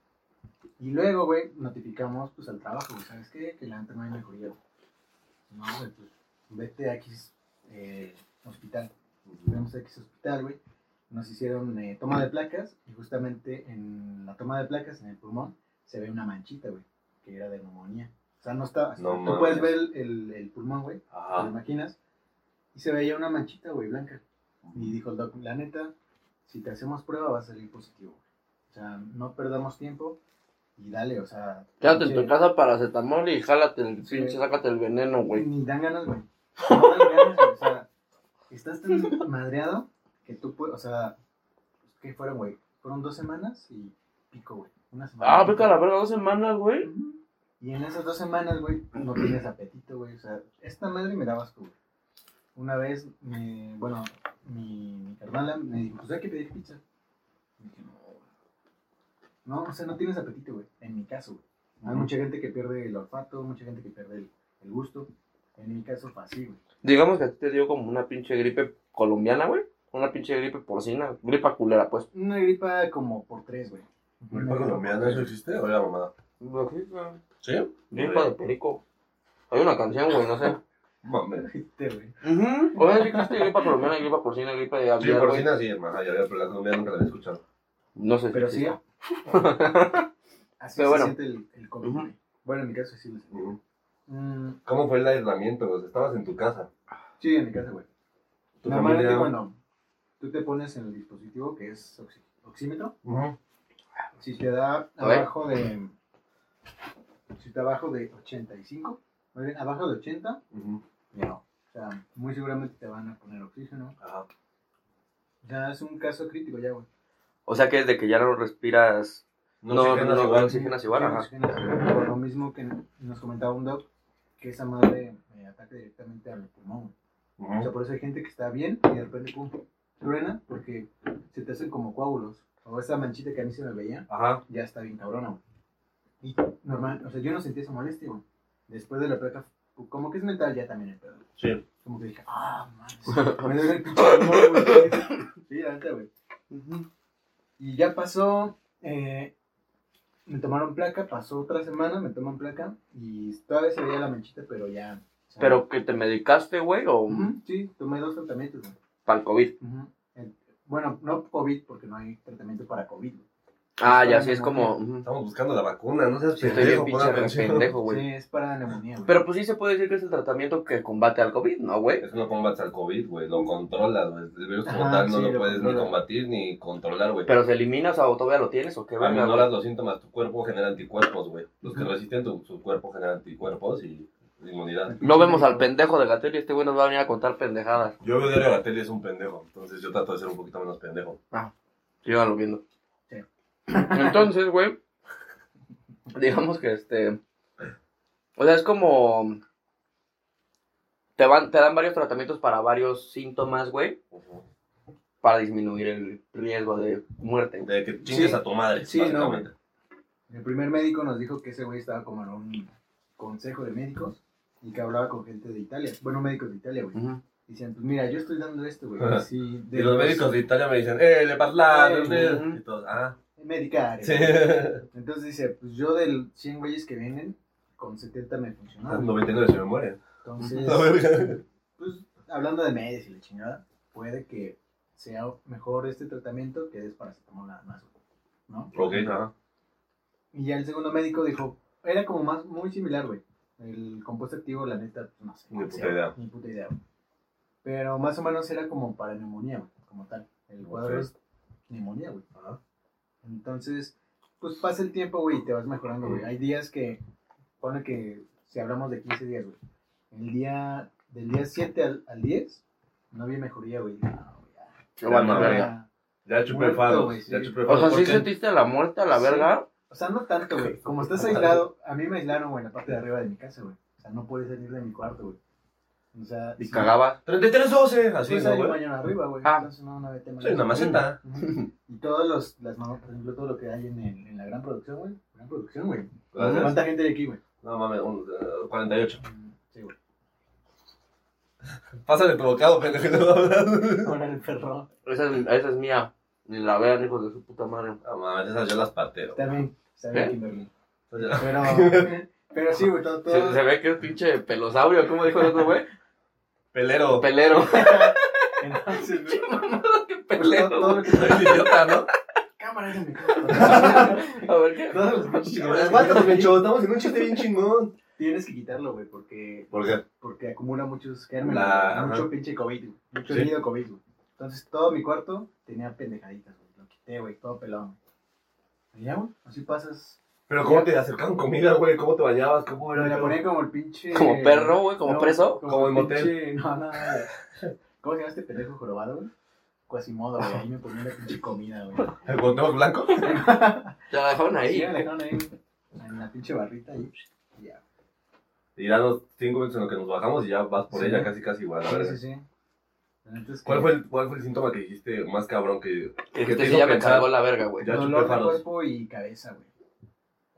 Speaker 3: Y luego, güey, notificamos pues al trabajo, güey, ¿sabes qué? Que la neta no hay mejoría, güey. No, güey, pues vete a X eh, hospital. Fuimos a X hospital, güey. Nos hicieron eh, toma de placas y justamente en la toma de placas, en el pulmón, se ve una manchita, güey, que era de neumonía. O sea, no estaba.
Speaker 2: No
Speaker 3: tú
Speaker 2: mames. Ah.
Speaker 3: puedes ver el, el- el pulmón, güey, te lo
Speaker 2: Ajá.
Speaker 3: imaginas. Y se veía una manchita, güey, blanca. Y dijo el doc, la neta, si te hacemos prueba va a salir positivo, güey. O sea, no perdamos tiempo y dale, o sea.
Speaker 1: Quédate en
Speaker 3: pinche-
Speaker 1: tu casa paracetamol y jálate el
Speaker 3: Sí.
Speaker 1: pinche, sácate el veneno, güey.
Speaker 3: Ni dan ganas, güey. No dan ganas, güey. O sea, Estás tan madreado que tú puedes, o sea, ¿qué fueron, güey? Fueron dos semanas y pico, güey. Una semana.
Speaker 1: Ah,
Speaker 3: y
Speaker 1: vete
Speaker 3: pico.
Speaker 1: a la verga, dos semanas, güey.
Speaker 3: Ujú. Y en esas dos semanas, güey, no tienes apetito, güey. O sea, esta madre me daba asco, güey. Una vez, me- bueno, mi, mi carnala me dijo, pues hay que pedir pizza. Y dije, no. güey. No, o sea, no tienes apetito, güey. En mi caso, güey. Hay mucha gente que pierde el olfato, mucha gente que pierde el, el gusto. En mi caso fue así, güey.
Speaker 1: Digamos que a ti te dio como una pinche gripe colombiana, güey. Una pinche gripe porcina, gripa culera, pues.
Speaker 3: Una gripa como por tres, güey.
Speaker 2: ¿Gripa colombiana eso existe o era mamada? Pues ¿Sí?
Speaker 1: Gripa de perico. Hay una canción, güey, no sé.
Speaker 2: Mame.
Speaker 3: Este, güey.
Speaker 1: Ujú. Oye, sí existe gripa colombiana, gripa porcina, gripa de
Speaker 2: Sí,
Speaker 1: aviar, güey.
Speaker 2: porcina sí, hermana, ya había, pero la colombiana nunca la había escuchado.
Speaker 1: No sé. si
Speaker 3: Pero sí.
Speaker 1: existe.
Speaker 3: Así
Speaker 1: Pero
Speaker 3: se
Speaker 1: bueno.
Speaker 3: siente el, el COVID,
Speaker 1: Ujú.
Speaker 3: güey. Bueno, en mi caso sí lo sentí.
Speaker 2: Ujú.
Speaker 3: Mm,
Speaker 2: ¿Cómo fue el aislamiento? O sea, estabas en tu casa.
Speaker 3: sí, en mi caso, güey.
Speaker 2: Tu
Speaker 3: Normalmente
Speaker 2: familia-
Speaker 3: cuando tú te pones en el dispositivo que es oxi- oxímetro,
Speaker 2: Ujú.
Speaker 3: si te da
Speaker 1: A ver.
Speaker 3: abajo de si te abajo de 85, más bien, abajo de 80,
Speaker 2: Ujú.
Speaker 3: no. O sea, muy seguramente te van a poner oxígeno.
Speaker 2: Ajá.
Speaker 3: Ya es un caso crítico ya, güey.
Speaker 4: O sea que desde que ya no respiras.
Speaker 2: No,
Speaker 4: No,
Speaker 2: no, no,
Speaker 4: no, no,
Speaker 2: igual.
Speaker 4: sí. Oxígenas igual,
Speaker 3: Sí,
Speaker 4: ajá.
Speaker 3: oxígenas igual. Por lo mismo que nos comentaba un doc, que esa madre eh, ataca directamente al pulmón. güey. O sea,
Speaker 2: Ujú.
Speaker 3: por eso hay gente que está bien y de repente, pum, truena, porque se te hacen como coágulos. O esa manchita que a mí se me veía,
Speaker 2: Ajá.
Speaker 3: ya está bien cabrona, güey. Y normal, o sea, yo no sentí esa molestia, güey. Después de la placa, como que es mental ya también el pedo.
Speaker 2: Sí.
Speaker 3: Como que dije, ah, man, me duele el pinche pulmón, güey. Sí, la neta, güey. Y ya pasó, eh, me tomaron placa, pasó otra semana, me toman placa y todavía se veía la manchita, pero ya. o sea,
Speaker 1: Pero um, que te medicaste, güey, o
Speaker 3: Ujú, sí, tomé dos tratamientos, güey.
Speaker 1: para el COVID.
Speaker 3: Ujú. El- Bueno, no COVID, porque no hay tratamiento para COVID. güey.
Speaker 1: Ah,
Speaker 3: Es
Speaker 1: ya,
Speaker 3: para
Speaker 1: sí, es como... ujú.
Speaker 2: Estamos buscando la vacuna, no seas
Speaker 1: Sí, estoy bien
Speaker 2: pendejo, pon
Speaker 1: pinche re
Speaker 2: atención.
Speaker 1: pendejo, Oh, güey.
Speaker 3: Sí, es para neumonía, güey.
Speaker 1: Pero pues sí se puede decir que es el tratamiento que combate al COVID, ¿no, güey?
Speaker 2: Eso no combates al COVID, güey. Lo controlas, güey. El virus como
Speaker 3: Ajá,
Speaker 2: tal no
Speaker 3: sí,
Speaker 2: Ah, lo
Speaker 3: lo
Speaker 2: puedes ni
Speaker 3: controlas.
Speaker 2: combatir ni controlar, güey.
Speaker 1: Pero se elimina, o sea, ¿o todavía lo tienes o qué, verga, güey?
Speaker 2: Aminoras los síntomas, tu cuerpo genera anticuerpos, güey. Los que
Speaker 3: Ujú.
Speaker 2: resisten tu, su cuerpo generan anticuerpos y inmunidad.
Speaker 1: No vemos al pendejo de Gatel y este güey nos va a venir a contar pendejadas.
Speaker 2: Yo veo diario a la tele es un pendejo, entonces yo trato de ser un poquito menos pendejo.
Speaker 1: Síganlo viendo.
Speaker 3: Sí.
Speaker 1: Entonces, güey, digamos que este. O sea, es como. Te, van, te dan varios tratamientos para varios síntomas, güey, para disminuir el riesgo de muerte.
Speaker 2: De que chingues
Speaker 3: Sí.
Speaker 2: a tu madre,
Speaker 3: Sí,
Speaker 2: básicamente.
Speaker 3: El primer médico nos dijo que ese güey estaba como en un consejo de médicos y que hablaba con gente de Italia. Bueno, médicos de Italia, güey.
Speaker 1: Ujú.
Speaker 3: Dicen, pues mira, yo estoy dando esto, güey.
Speaker 2: Ajá.
Speaker 3: Sí,
Speaker 2: Y los médicos de Italia me dicen, ¡eh, le parlate!
Speaker 1: pues, Ujú.
Speaker 2: Y todos, ah,
Speaker 3: Medicare.
Speaker 2: sí.
Speaker 3: güey. Entonces dice, pues yo del 100 güeyes que vienen, con 70 me funcionó. güey.
Speaker 2: 99 se me muere.
Speaker 3: Entonces,
Speaker 2: La verga.
Speaker 3: pues hablando de medias y la chingada, puede que sea mejor este tratamiento que desparasitamol nada más, güey, ¿no?
Speaker 2: Ok, ajá.
Speaker 3: Y ya el segundo médico dijo, era como más muy similar, güey. El compuesto activo, la neta, pues, no sé.
Speaker 2: Ni
Speaker 3: o sea,
Speaker 2: puta idea.
Speaker 3: Ni puta idea, güey. Pero más o menos era como para neumonía, güey, como tal. El cuadro
Speaker 2: Ok.
Speaker 3: es neumonía, güey. Entonces, pues pasa el tiempo, güey, y te vas mejorando, güey. Hay días que, pone que, si hablamos de 15 días, güey. El día, del día 7 al, al 10, no había mejoría, güey. No, ya.
Speaker 1: No vale,
Speaker 2: La
Speaker 3: Ya,
Speaker 1: verga.
Speaker 2: Ya chupé
Speaker 3: Muerto,
Speaker 2: fados,
Speaker 3: güey, sí.
Speaker 2: ya chupé
Speaker 1: O sea,
Speaker 2: fados.
Speaker 1: ¿sí
Speaker 2: ¿Por qué?
Speaker 1: sentiste la muerte a la
Speaker 3: Sí.
Speaker 1: verga?
Speaker 3: O sea, no tanto, güey. Como estás aislado, a mí me aislaron, güey, en la parte de arriba de mi casa, güey. O sea, no pude salir de mi cuarto, güey. O sea,
Speaker 1: Y
Speaker 3: sí,
Speaker 1: cagaba.
Speaker 2: 33-12, eh, así,
Speaker 3: pude
Speaker 2: ¿no,
Speaker 3: salir
Speaker 2: Pues güey?
Speaker 3: mañana arriba, güey.
Speaker 1: Ah.
Speaker 3: Entonces, no, no vete
Speaker 2: Soy una maceta.
Speaker 3: Ujú. Y todos los, las mam- por ejemplo, todo lo que hay en, el- en la gran producción, güey. Gran producción, güey.
Speaker 2: Gracias.
Speaker 3: ¿Cuánta gente hay aquí, güey?
Speaker 2: No mames, un, eh, 48.
Speaker 3: Sí, güey.
Speaker 2: Pásale tu bocado, pendejo. no hablas.
Speaker 3: Ahora el perro.
Speaker 1: Esa es, esa es mía. Ni la vean, hijos de su puta madre.
Speaker 2: No mames, esas yo las parteo.
Speaker 3: Está bien, está bien,
Speaker 1: ¿Eh?
Speaker 3: Kimberly.
Speaker 2: Esas yo-
Speaker 3: Pero, pero sí, güey, todo,
Speaker 1: Se,
Speaker 3: todo.
Speaker 1: se ve que es pinche pelosaurio, ¿cómo dijo el otro güey?
Speaker 2: Pelero.
Speaker 1: Pelero.
Speaker 3: Entonces, güey, pues, todo, todo
Speaker 1: Pelero.
Speaker 3: lo que está
Speaker 2: Soy idiota, ¿no?
Speaker 3: cámara es mi casa.
Speaker 1: A ver qué.
Speaker 3: Todos los pinches colores
Speaker 2: Aguántanos,
Speaker 3: que hay,
Speaker 2: Mencho, estamos en un chiste bien chingón.
Speaker 3: Tienes que quitarlo, güey, porque
Speaker 2: ¿Por qué?
Speaker 3: porque acumula muchos gérmenes,
Speaker 2: La-
Speaker 3: güey, mucho
Speaker 2: ajá.
Speaker 3: pinche COVID, güey, mucho
Speaker 2: Sí.
Speaker 3: nido COVID, güey. Entonces todo mi cuarto tenía pendejaditas, güey. Lo quité, güey, todo pelado. güey. Y ya, güey, así pasas.
Speaker 2: Pero ¿cómo te acercaban comida, güey? ¿Cómo te bañabas? ¿Cómo
Speaker 3: Pero
Speaker 2: era?
Speaker 3: la ponía como el pinche.
Speaker 1: Como perro, güey, como preso.
Speaker 2: Como en
Speaker 3: pinche- No, no, no, güey. ¿Cómo se llama este pendejo jorobado, güey? Quasimodo, güey. Ahí me ponía una pinche comida, güey.
Speaker 2: ¿El Cuauhtémoc Blanco?
Speaker 1: Ya la dejaron ahí.
Speaker 3: Sí, me la dejaron ahí, güey, en la pinche barrita ahí. Ya.
Speaker 2: Y danos cinco minutos en lo que nos bajamos y ya vas por
Speaker 3: Sí.
Speaker 2: ella casi casi igual. la
Speaker 3: Sí,
Speaker 2: verdad.
Speaker 3: sí, sí. La neta es que-
Speaker 2: ¿Cuál, fue el, ¿Cuál fue el síntoma que dijiste más cabrón que
Speaker 1: Que
Speaker 2: te
Speaker 1: este sí
Speaker 2: hizo
Speaker 1: ya me
Speaker 2: pensar?
Speaker 1: cargó la verga, güey.
Speaker 2: ya chupé
Speaker 3: Dolor de
Speaker 2: faros?
Speaker 3: cuerpo y cabeza, güey.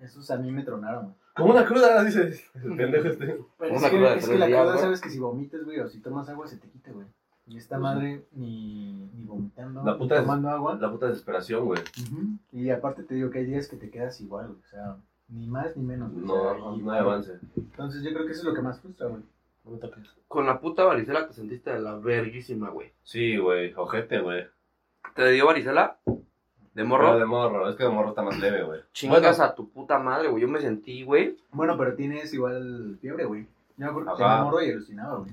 Speaker 3: Esos a mí me tronaron, güey.
Speaker 2: Como una cruda, dices. El pendejo este.
Speaker 3: Pero
Speaker 1: Una
Speaker 3: es que,
Speaker 1: cruda de
Speaker 3: es que
Speaker 1: tres
Speaker 3: la
Speaker 1: días,
Speaker 3: cruda
Speaker 1: güey.
Speaker 3: sabes que si vomitas, güey, o si tomas agua se te quita, güey. Y esta
Speaker 2: Pues sí.
Speaker 3: madre ni, ni vomitando,
Speaker 2: La
Speaker 3: ni
Speaker 2: puta es-
Speaker 3: tomando agua.
Speaker 2: La puta desesperación, güey.
Speaker 3: Ujú. Y aparte te digo que hay días que te quedas igual, güey. O sea, ni más ni menos. güey. O sea,
Speaker 2: No,
Speaker 3: y-
Speaker 2: no hay avance.
Speaker 3: Entonces yo creo que eso es lo que más frustra, güey.
Speaker 2: No me toques.
Speaker 1: Con la puta varicela te sentiste de la verguísima, güey.
Speaker 2: Sí, güey. Ojete, güey.
Speaker 1: ¿Te dio varicela? ¿De
Speaker 2: Pero
Speaker 1: morro?
Speaker 2: de morro. Es que de morro está más leve, güey.
Speaker 1: Chingas a tu puta madre, güey. Yo me sentí, güey.
Speaker 3: Bueno, pero tienes igual fiebre, güey. Yo me acuerdo que
Speaker 2: Ajá.
Speaker 3: tenía morro y alucinaba, güey.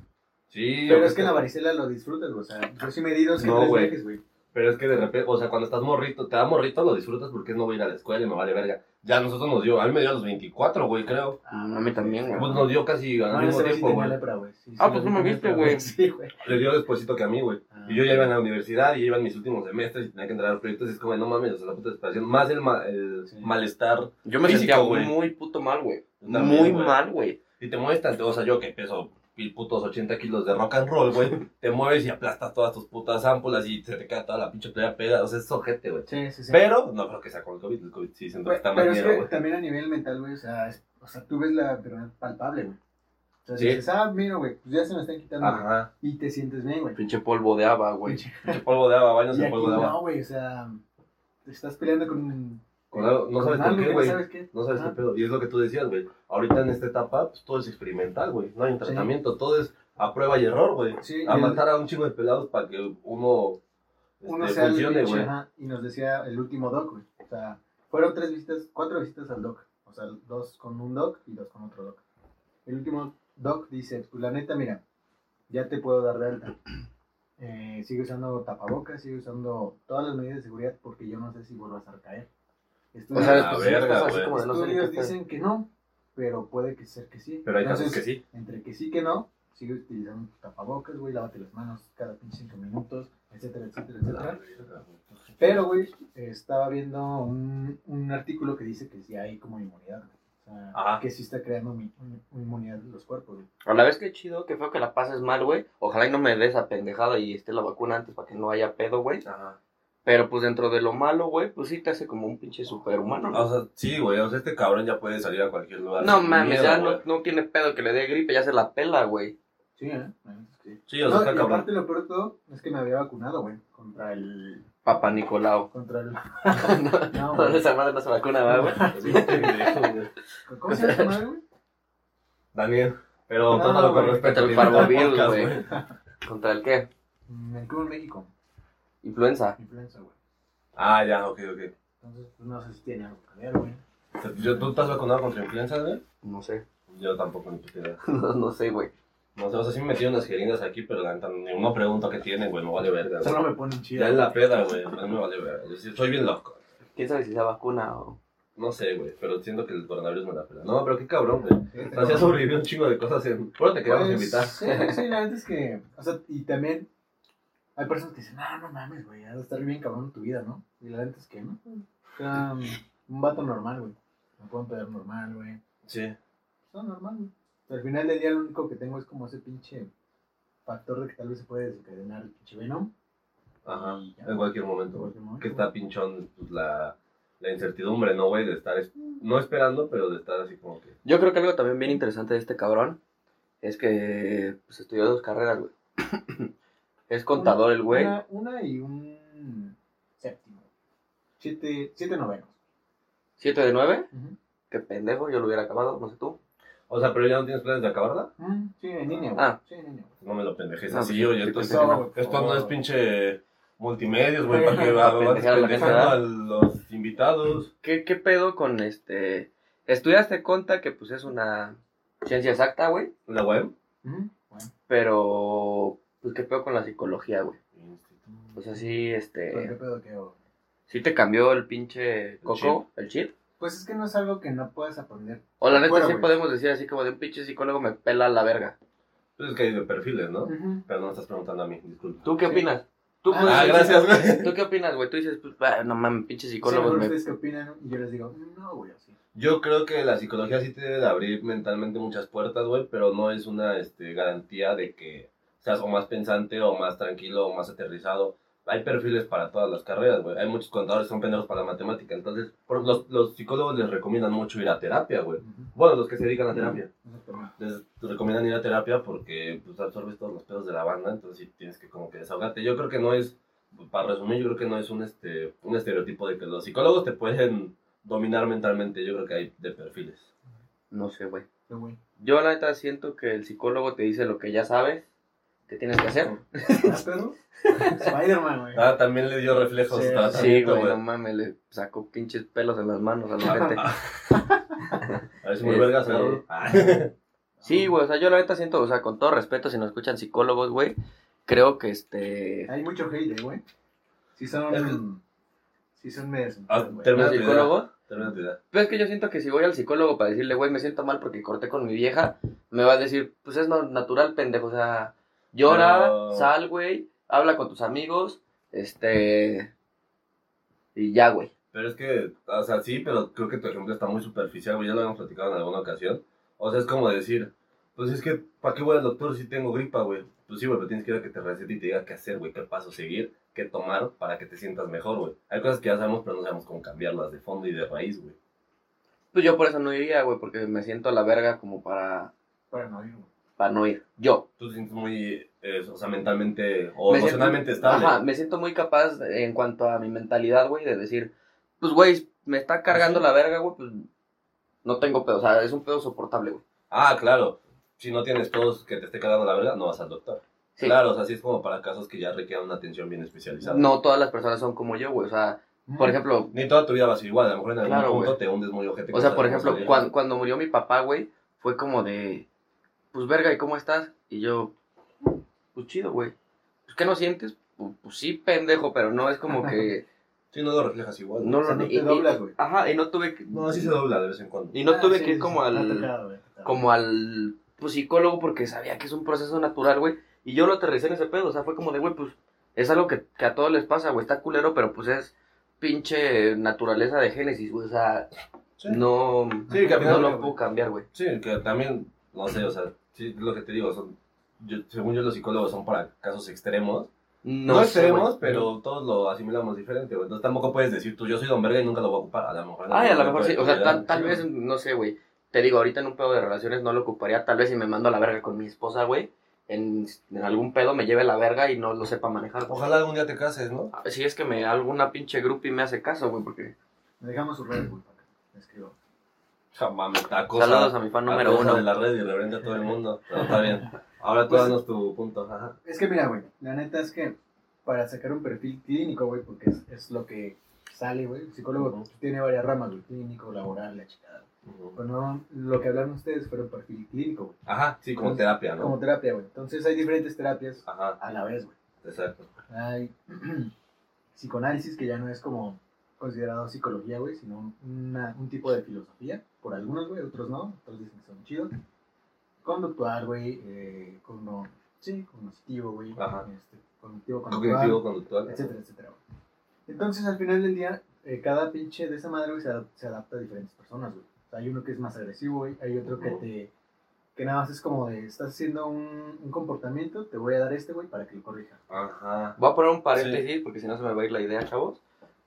Speaker 2: Sí.
Speaker 3: Pero
Speaker 2: güey,
Speaker 3: es que la varicela lo disfrutas, güey. O sea, yo sí me di dos que
Speaker 2: No,
Speaker 3: tres
Speaker 2: güey.
Speaker 3: veces, güey.
Speaker 2: Pero es que de repente, o sea, cuando estás morrito, te da morrito, lo disfrutas porque no voy a ir a la escuela y me vale verga. Ya a nosotros nos dio, a mí me dio a los 24, güey, creo.
Speaker 1: Mm, a mí también, güey.
Speaker 2: Pues nos dio casi al
Speaker 3: No,
Speaker 2: mismo
Speaker 3: ese güey sí
Speaker 2: tiempo,
Speaker 3: tenía
Speaker 2: güey.
Speaker 3: lepra, güey. Sí, sí,
Speaker 1: Ah, pues no me
Speaker 3: tenía
Speaker 1: viste,
Speaker 3: lepra,
Speaker 1: güey.
Speaker 3: Sí, güey.
Speaker 2: Le dio despuésito que a mí, güey.
Speaker 3: Ah.
Speaker 2: Y yo ya iba en la universidad y ya iba en mis últimos semestres y tenía que entrar a los proyectos y es como, no mames, o sea, la puta desesperación. Más el, ma- el
Speaker 3: Sí.
Speaker 2: malestar.
Speaker 1: Yo me
Speaker 2: Físico,
Speaker 1: sentía
Speaker 2: güey.
Speaker 1: muy puto mal, güey.
Speaker 2: También,
Speaker 1: Muy
Speaker 2: güey.
Speaker 1: mal, güey.
Speaker 2: Y te mueves tanto, o sea, yo que peso mil putos 80 kilos de rock and roll, güey, te mueves y aplastas todas tus putas ámpulas y se te cae toda la pinche playa peda. O sea, es ojete, güey.
Speaker 3: Sí, sí, sí.
Speaker 2: Pero no creo que sea con el COVID. El COVID sí siento que
Speaker 3: Güey,
Speaker 2: está más
Speaker 3: pero es
Speaker 2: miedo,
Speaker 3: que
Speaker 2: güey.
Speaker 3: también a nivel mental, güey, o sea, es- o sea, tú ves la enfermedad palpable, güey. O sea,
Speaker 2: Sí.
Speaker 3: dices, ah, mira, güey, pues ya se me están quitando. güey.
Speaker 2: Ajá.
Speaker 3: Y te sientes bien, güey.
Speaker 1: Pinche polvo de haba, güey.
Speaker 2: Pinche polvo de agua, baños
Speaker 3: Y
Speaker 2: en
Speaker 3: aquí
Speaker 2: polvo de agua.
Speaker 3: no, güey, o sea, te estás peleando con...
Speaker 2: Con algo- no sabes con
Speaker 3: algo
Speaker 2: qué,
Speaker 3: que
Speaker 2: güey.
Speaker 3: sabes qué.
Speaker 2: No sabes
Speaker 3: Ajá.
Speaker 2: qué pedo. Y es lo que tú decías, güey. Ahorita en esta etapa, pues todo es experimental, güey. No hay un
Speaker 3: Sí.
Speaker 2: tratamiento, todo es a prueba y error, güey.
Speaker 3: Sí,
Speaker 2: A
Speaker 3: y el-
Speaker 2: matar a un chingo de pelados para que uno,
Speaker 3: uno
Speaker 2: este,
Speaker 3: sea el
Speaker 2: funcione,
Speaker 3: pinche,
Speaker 2: güey.
Speaker 3: ajá, y nos decía el último doc, güey. O sea, fueron tres visitas, cuatro visitas al doc. O sea, dos con un doc y dos con otro doc. El último doc dice, pues la neta, mira, ya te puedo dar de alta. Eh, sigue usando tapabocas, sigue usando todas las medidas de seguridad porque yo no sé si vuelvas a caer.
Speaker 1: O
Speaker 3: Estudios,
Speaker 1: sea,
Speaker 2: la
Speaker 1: después sí, las
Speaker 2: verga,
Speaker 1: cosas así
Speaker 2: güey.
Speaker 1: como de no sé ni
Speaker 3: estudios
Speaker 1: qué pedo.
Speaker 3: dicen que no, pero puede que ser que sí.
Speaker 2: Pero hay
Speaker 3: Entonces,
Speaker 2: casos que sí.
Speaker 3: entre que sí que no, sigue utilizando tapabocas, güey, lávate las manos cada pinche cinco minutos, etcétera, etcétera,
Speaker 2: Ah,
Speaker 3: etcétera. Pero, güey, eh, estaba viendo un, un artículo que dice que sí hay como inmunidad, güey. O sea,
Speaker 2: Ajá.
Speaker 3: que sí está creando mi- un- un inmunidad de los cuerpos, güey.
Speaker 1: A la vez que chido, que feo que la pases mal, güey. Ojalá y no me des esa pendejada y esté la vacuna antes para que no haya pedo, güey.
Speaker 2: Ajá.
Speaker 1: Pero pues dentro de lo malo, güey, pues sí te hace como un pinche superhumano. güey.
Speaker 2: O sea, sí, güey. O sea, este cabrón ya puede salir a cualquier lugar.
Speaker 1: No
Speaker 2: sin
Speaker 1: mames,
Speaker 2: miedo,
Speaker 1: ya
Speaker 2: güey.
Speaker 1: no, no tiene pedo que le dé gripe, ya se la pela, güey.
Speaker 3: Sí, ¿eh? La neta es que sí.
Speaker 2: Sí, o sea,
Speaker 3: No,
Speaker 2: está
Speaker 3: y
Speaker 2: cabrón.
Speaker 3: aparte lo peor de todo es que me había vacunado, güey, contra el...
Speaker 1: Papá Nicolau.
Speaker 3: Contra el...
Speaker 1: no, no,
Speaker 3: No, güey.
Speaker 1: esa madre no se vacuna, ¿verdad, güey.
Speaker 2: Sí, pendejo, güey.
Speaker 3: ¿Cómo se llama, madre, güey?
Speaker 2: Daniel, pero
Speaker 3: No,
Speaker 2: trátalo con
Speaker 3: güey.
Speaker 2: respeto.
Speaker 1: El
Speaker 2: tiene un
Speaker 1: parvovirus,
Speaker 2: podcast,
Speaker 1: güey. ¿Contra el qué?
Speaker 3: Mm, El Club en México,
Speaker 1: Influenza.
Speaker 3: influenza, güey.
Speaker 2: Ah, ya, ok, ok.
Speaker 3: Entonces, pues, no sé si tiene algo que ver, güey.
Speaker 2: O sea, yo- ¿Tú estás vacunado contra influenza, güey?
Speaker 1: No sé.
Speaker 2: Yo tampoco, ni puta idea.
Speaker 1: No, no sé, güey.
Speaker 2: No sé, o sea, sí me metieron unas jeringas aquí, pero la neta, ni una pregunta que tienen, güey, no vale verga. güey.
Speaker 3: Solo me ponen
Speaker 2: Ya
Speaker 3: chida.
Speaker 2: es la peda, güey, a mí me vale verga. Yo sí- soy bien loco.
Speaker 1: ¿Quién sabe si sea vacuna o...?
Speaker 2: No sé, güey, pero siento que el coronavirus me la pela. No, pero qué cabrón, güey.
Speaker 3: Fíjate,
Speaker 2: O sea, sí has
Speaker 3: güey.
Speaker 2: sobrevivido un chingo de cosas en... Bueno, te queríamos
Speaker 3: Pues,
Speaker 2: invitar.
Speaker 3: Sí, sí, la neta es que. O sea, y también hay personas que dicen, "Ah, no, no mames, güey, has de estar bien cabrón tu vida, ¿no? Y la neta es que no. O sea, un vato normal, güey. Me pueden pedir normal, güey.
Speaker 2: Sí.
Speaker 3: Son normal, güey. O sea, al final del día lo único que tengo es como ese pinche factor de que tal vez se puede desencadenar el pinche Venom.
Speaker 2: Ajá,
Speaker 3: Y ya.
Speaker 2: en cualquier
Speaker 3: en
Speaker 2: momento, güey.
Speaker 3: cualquier momento,
Speaker 2: Que está
Speaker 3: güey.
Speaker 2: pinchón pues, la, la incertidumbre, ¿no, güey? De estar, es- no esperando, pero de estar así como que...
Speaker 1: Yo creo que algo también bien interesante de este cabrón es que pues, estudió dos carreras, güey. es contador el güey.
Speaker 3: Una, una y un séptimo. Siete, siete novenos.
Speaker 1: ¿Siete de nueve?
Speaker 3: Ujú.
Speaker 1: Qué pendejo, yo lo hubiera acabado, no sé tú.
Speaker 2: O sea, pero ya no tienes planes de acabarla.
Speaker 3: Mm, Sí, en línea, güey.
Speaker 1: Ah.
Speaker 3: Sí, en línea, güey.
Speaker 2: No me lo pendejes
Speaker 1: No,
Speaker 2: así,
Speaker 1: pues,
Speaker 2: oye.
Speaker 1: sí,
Speaker 2: Entonces,
Speaker 1: pensé que
Speaker 3: güey, por
Speaker 2: Esto no
Speaker 3: favor.
Speaker 2: es pinche multimedios, güey, para que va-
Speaker 1: Para
Speaker 2: va- vas
Speaker 1: pendejear a la
Speaker 2: pendejando
Speaker 1: gente,
Speaker 2: a los invitados.
Speaker 1: ¿Qué, qué pedo con este...? Estudiaste conta que pues es una ciencia exacta, güey.
Speaker 2: La web.
Speaker 3: Ujú, bueno.
Speaker 1: Pero pues qué pedo con la psicología, güey. O sea, sí,
Speaker 3: Pero qué
Speaker 1: este...
Speaker 3: pedo que hago.
Speaker 1: Sí te cambió el pinche coco, el chip.
Speaker 3: Pues es que no es algo que no puedas aprender.
Speaker 1: O la neta
Speaker 3: Bueno,
Speaker 1: sí
Speaker 3: güey.
Speaker 1: podemos decir así como de un pinche psicólogo me pela la verga.
Speaker 2: Pues es que hay de perfiles, ¿no?
Speaker 3: Ujú.
Speaker 2: Pero no me estás preguntando a mí, disculpa.
Speaker 1: ¿Tú qué
Speaker 3: Sí.
Speaker 1: opinas? ¿Tú,
Speaker 3: Ah,
Speaker 1: puedes-
Speaker 2: Ah, gracias, güey.
Speaker 1: ¿Tú qué opinas, güey? Tú dices, pues, ah, no mames, pinches
Speaker 3: Sí, a lo
Speaker 1: psicólogos.
Speaker 3: mejor
Speaker 1: me-
Speaker 3: ustedes qué opinan y yo les digo, no, güey, así.
Speaker 2: Yo creo que la psicología sí te debe de abrir mentalmente muchas puertas, güey, pero no es una este, garantía de que seas o más pensante o más tranquilo o más aterrizado. Hay perfiles para todas las carreras, güey. Hay muchos contadores que son pendejos para la matemática. Entonces, por- los, los psicólogos les recomiendan mucho ir a terapia, güey.
Speaker 3: Ujú.
Speaker 2: Bueno, los que se dedican a terapia.
Speaker 3: Exactamente.
Speaker 2: Les recomiendan ir a terapia porque pues, absorbes todos los pedos de la banda, entonces sí tienes que como que desahogarte. Yo creo que no es, para resumir, yo creo que no es un, este, un estereotipo de que los psicólogos te pueden dominar mentalmente. Yo creo que hay de perfiles.
Speaker 1: No sé, güey.
Speaker 3: Qué güey.
Speaker 1: Yo, la neta, siento que el psicólogo te dice lo que ya sabes que tienes que hacer.
Speaker 3: ¿Más pedo? Spider-Man, güey.
Speaker 2: Ah, también le dio reflejos.
Speaker 3: Sí,
Speaker 2: tratamiento,
Speaker 1: Sí, güey, no mames, le sacó pinches pelos en las manos a la gente.
Speaker 2: A ver si muy
Speaker 1: Este-
Speaker 2: vergas, ¿no? Ah,
Speaker 1: Sí, güey, o sea, yo la neta siento, o sea, con todo respeto, si nos escuchan psicólogos, güey, creo que este.
Speaker 3: Hay mucho hate, eh, güey. Si son. Si son medias.
Speaker 2: Ah,
Speaker 3: güey.
Speaker 2: termina
Speaker 1: ¿Los
Speaker 2: tu idea,
Speaker 1: psicólogos?
Speaker 2: termina tu idea.
Speaker 1: Pero es que yo siento que si voy al psicólogo para decirle, güey, me siento mal porque corté con mi vieja, me va a decir, pues es no- natural, pendejo, o sea, llora,
Speaker 2: Pero-
Speaker 1: sal, güey, habla con tus amigos, este. Y ya, güey.
Speaker 2: Pero es que, o sea, sí, pero creo que tu ejemplo está muy superficial, güey. Ya lo habíamos platicado en alguna ocasión. O sea, es como decir, pues es que, ¿para qué voy al doctor si tengo gripa, güey? Pues sí, güey, pero tienes que ir a que te recete y te diga qué hacer, güey, qué paso seguir, qué tomar para que te sientas mejor, güey. Hay cosas que ya sabemos, pero no sabemos cómo cambiarlas de fondo y de raíz, güey.
Speaker 1: Pues yo por eso no iría, güey, porque me siento a la verga como para,
Speaker 3: Para no ir, güey.
Speaker 1: para no ir. Yo.
Speaker 2: Tú te sientes muy, eh, o sea, mentalmente o
Speaker 1: Me siento-
Speaker 2: emocionalmente estable.
Speaker 1: Ajá, me siento muy capaz en cuanto a mi mentalidad, güey, de decir, pues, güey, me está cargando la verga, güey, pues no tengo pedo, o sea, es un pedo soportable, güey.
Speaker 2: Ah, claro. Si no tienes todos que te esté cagando la verga, no vas al doctor.
Speaker 1: Sí.
Speaker 2: Claro, o sea, sí es como para casos que ya requieran una atención bien especializada.
Speaker 1: No todas las personas son como yo, güey, o sea, por ejemplo,
Speaker 2: Ni toda tu vida va a ser igual, a lo mejor en algún
Speaker 1: Claro,
Speaker 2: punto
Speaker 1: güey.
Speaker 2: te hundes muy ojete.
Speaker 1: o sea, por ejemplo,
Speaker 2: cuando...
Speaker 1: cuan- cuando murió mi papá, güey, fue como de, pues, verga, ¿y cómo estás? Y yo, pues, chido, güey. Pues, ¿qué no sientes? Pues, pues sí, pendejo, pero no es como que...
Speaker 2: Sí, no lo reflejas igual.
Speaker 1: No
Speaker 3: O sea,
Speaker 1: lo-
Speaker 3: no
Speaker 1: y-
Speaker 3: te
Speaker 1: y-
Speaker 3: doblas, güey.
Speaker 1: Ajá, y no tuve que...
Speaker 2: No, sí se dobla de vez en cuando.
Speaker 1: Y no
Speaker 3: Ah,
Speaker 1: tuve
Speaker 3: sí,
Speaker 1: que ir
Speaker 3: sí,
Speaker 1: como
Speaker 3: sí,
Speaker 1: al...
Speaker 3: está tocado, güey, está tocado.
Speaker 1: como al pues, psicólogo porque sabía que es un proceso natural, güey. Y yo lo aterricé en ese pedo, o sea, fue como de, güey, pues es algo que, que a todos les pasa, güey, está culero, pero pues es pinche naturaleza de Génesis, güey, o sea,
Speaker 2: Sí.
Speaker 1: no,
Speaker 2: Sí, que al
Speaker 1: no
Speaker 2: final-
Speaker 1: lo puedo cambiar, güey.
Speaker 2: Sí, que también, no sé, o sea, sí, lo que te digo, son, yo- según yo los psicólogos son para casos extremos. No,
Speaker 1: sé, güey.
Speaker 2: extremos, pero todos lo asimilamos diferente, güey. Entonces tampoco puedes decir tú, yo soy Don Verga y nunca lo voy a ocupar. A lo mejor. en
Speaker 1: Ay, a lo
Speaker 2: algún
Speaker 1: mejor
Speaker 2: momento
Speaker 1: sí,
Speaker 2: de
Speaker 1: o
Speaker 2: tu
Speaker 1: sea,
Speaker 2: vida,
Speaker 1: tal, tal vez, no sé, güey, te digo, ahorita en un pedo de relaciones no lo ocuparía, tal vez si me mando a la verga con mi esposa, güey, en, en algún pedo me lleve la verga y no lo sepa manejar, güey.
Speaker 2: Ojalá algún día te cases, ¿no?
Speaker 1: Si es que me alguna pinche groupie me hace caso, güey, porque...
Speaker 3: Me dejamos sus redes, güey, para que me escriban.
Speaker 2: Jamás, tacosa.
Speaker 1: Saludos a mi fan número
Speaker 2: acosa
Speaker 1: uno.
Speaker 2: de la red y reverente a todo el mundo. Pero está bien. Ahora tú
Speaker 3: Pues-
Speaker 2: danos tu punto. Ajá.
Speaker 3: Es que mira, güey, la neta es que para sacar un perfil clínico, güey, porque es, es lo que sale, güey, el psicólogo
Speaker 2: Ujú.
Speaker 3: tiene varias ramas, güey, clínico, laboral, la chingada. Pero no, lo que hablaron ustedes fue un perfil clínico, güey,
Speaker 2: Ajá, sí, como terapia, ¿no?
Speaker 3: como terapia, güey. Entonces hay diferentes terapias
Speaker 2: Ajá,
Speaker 3: a la vez, güey.
Speaker 2: exacto.
Speaker 3: Hay psicoanálisis, que ya no es como considerado psicología, güey, sino una- un tipo de filosofía, por algunos, güey, otros no, otros dicen que son chidos. Conductual, güey, eh, cogno- sí, cognitivo, güey,
Speaker 2: Ajá.
Speaker 3: este, cognitivo, conductual,
Speaker 2: Cognitivo, conductual.
Speaker 3: etcétera, etcétera. güey. Entonces, al final del día, eh, cada pinche de esa madre, güey, se, adap- se adapta a diferentes personas, güey. O sea, hay uno que es más agresivo, güey, hay otro que te... Que nada más es como de, estás haciendo un, un comportamiento, te voy a dar este, güey, para que lo corrija.
Speaker 2: Ajá.
Speaker 1: Voy a poner un paréntesis porque si no se me va a ir la idea, chavos.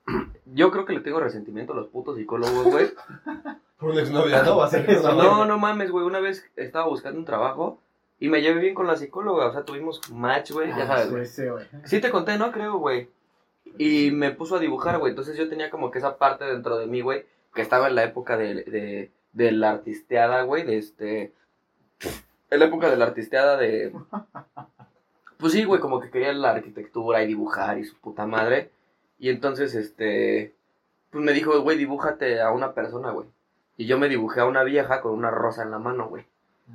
Speaker 1: Yo creo que le tengo resentimiento a los putos psicólogos, güey.
Speaker 2: Por una exnovia, ¿no? Va a ser que
Speaker 1: No, no mames, güey. Una vez estaba buscando un trabajo y me llevé bien con la psicóloga. O sea, tuvimos match, güey. Ya sabes, güey.
Speaker 3: Ah, Ese, güey.
Speaker 1: Ah, Sí te conté, ¿no? Creo, güey. Y me puso a dibujar, güey. Entonces yo tenía como que esa parte dentro de mí, güey, que estaba en la época de, de, de la artisteada, güey, de este... En la época de la artisteada de... Pues sí, güey, como que quería la arquitectura y dibujar y su puta madre. Y entonces, este... Pues me dijo, güey, dibújate a una persona, güey. Y yo me dibujé a una vieja con una rosa en la mano, güey.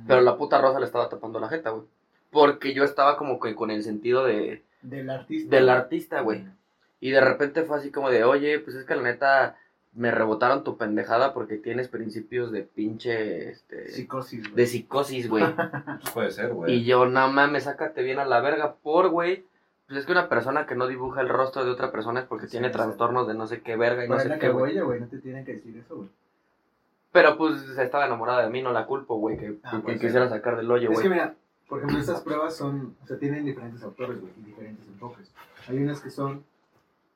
Speaker 1: Pero la puta rosa le estaba tapando la jeta, güey. Porque yo estaba como que con el sentido de...
Speaker 3: Del artista.
Speaker 1: Del artista, güey. Y de repente fue así como de, oye, pues es que la neta,
Speaker 5: me rebotaron tu pendejada porque tienes principios de pinche, este,
Speaker 3: Psicosis, güey.
Speaker 5: de psicosis, güey.
Speaker 2: Puede ser, güey.
Speaker 5: Y yo, no mames, sácate bien a la verga por, güey. Pues es que una persona que no dibuja el rostro de otra persona es porque
Speaker 3: Sí,
Speaker 5: tiene
Speaker 3: sí.
Speaker 5: trastornos de no sé qué verga y
Speaker 3: Pero
Speaker 5: no
Speaker 3: es
Speaker 5: sé
Speaker 3: la
Speaker 5: qué, güey.
Speaker 3: cagüeya, güey, no te tienen que decir eso, güey.
Speaker 5: Pero pues estaba enamorada de mí, no la culpo, güey, que,
Speaker 3: Ah,
Speaker 5: que
Speaker 3: pues,
Speaker 5: quisiera sacar del hoyo,
Speaker 3: Es
Speaker 5: güey.
Speaker 3: que mira, por ejemplo, estas pruebas son, o sea, tienen diferentes autores, güey, y diferentes enfoques. Hay unas que son,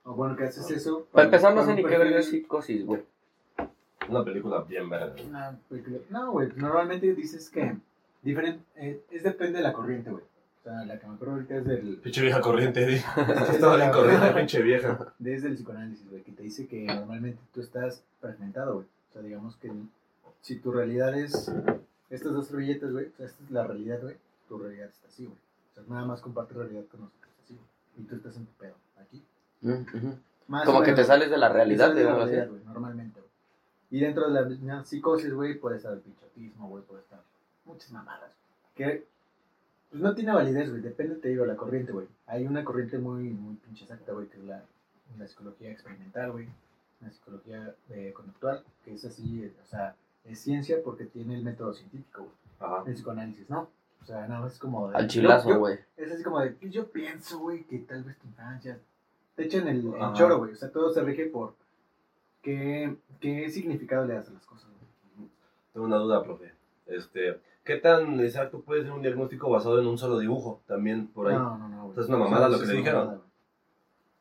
Speaker 3: o bueno, que haces eso.
Speaker 5: Para empezar, no sé
Speaker 3: un
Speaker 5: ni qué
Speaker 3: perfil-
Speaker 5: verga es psicosis, güey.
Speaker 2: Una película bien verga. güey.
Speaker 3: una película- No, güey, normalmente dices que diferente, eh, es depende de la corriente, güey. O sea, la que me acuerdo ahorita es del,
Speaker 2: Pinche vieja corriente, di. Estaba bien corriente,
Speaker 3: desde
Speaker 2: pinche vieja.
Speaker 3: el psicoanálisis, güey, que te dice que normalmente tú estás fragmentado, güey. O sea, digamos que si tu realidad es estas dos servilletas, güey, o sea, esta es la realidad, güey, tu realidad está así, güey. O sea, nada más comparte realidad con nosotros, así, güey. Y tú estás en tu pedo, aquí.
Speaker 5: Mm, ujú.
Speaker 3: Más o
Speaker 5: Como que te
Speaker 3: menos,
Speaker 5: sales de la realidad,
Speaker 3: Esa es la
Speaker 5: digamos así.
Speaker 3: realidad, güey, normalmente, güey. Y dentro de la misma psicosis, güey, puede estar el pichotismo, güey, puede estar muchas mamadas. Que pues no tiene validez, güey, depende, te digo, la corriente, güey. Hay una corriente muy, muy pinche exacta, güey, que es la, la psicología experimental, güey. La psicología eh, conductual, que es así, eh, o sea, es ciencia porque tiene el método científico, güey.
Speaker 2: Ajá.
Speaker 3: El psicoanálisis, ¿no? O sea, nada más es como... de-
Speaker 5: Al
Speaker 3: Yo-
Speaker 5: chilazo,
Speaker 3: yo-
Speaker 5: güey.
Speaker 3: es así como de, "Pues yo pienso, güey, que tal vez tu infancia. Te echan el, el
Speaker 2: Ajá.
Speaker 3: choro, güey. O sea, todo se rige por qué, qué significado le das a las cosas, güey.
Speaker 2: Tengo una duda, profe. Este, ¿qué tan exacto puede ser un diagnóstico basado en un solo dibujo? También por ahí.
Speaker 3: No, no, no, güey.
Speaker 2: Es una mamada lo
Speaker 3: sí
Speaker 2: que
Speaker 3: es
Speaker 2: le
Speaker 3: una
Speaker 2: dijeron.
Speaker 3: mamada, güey.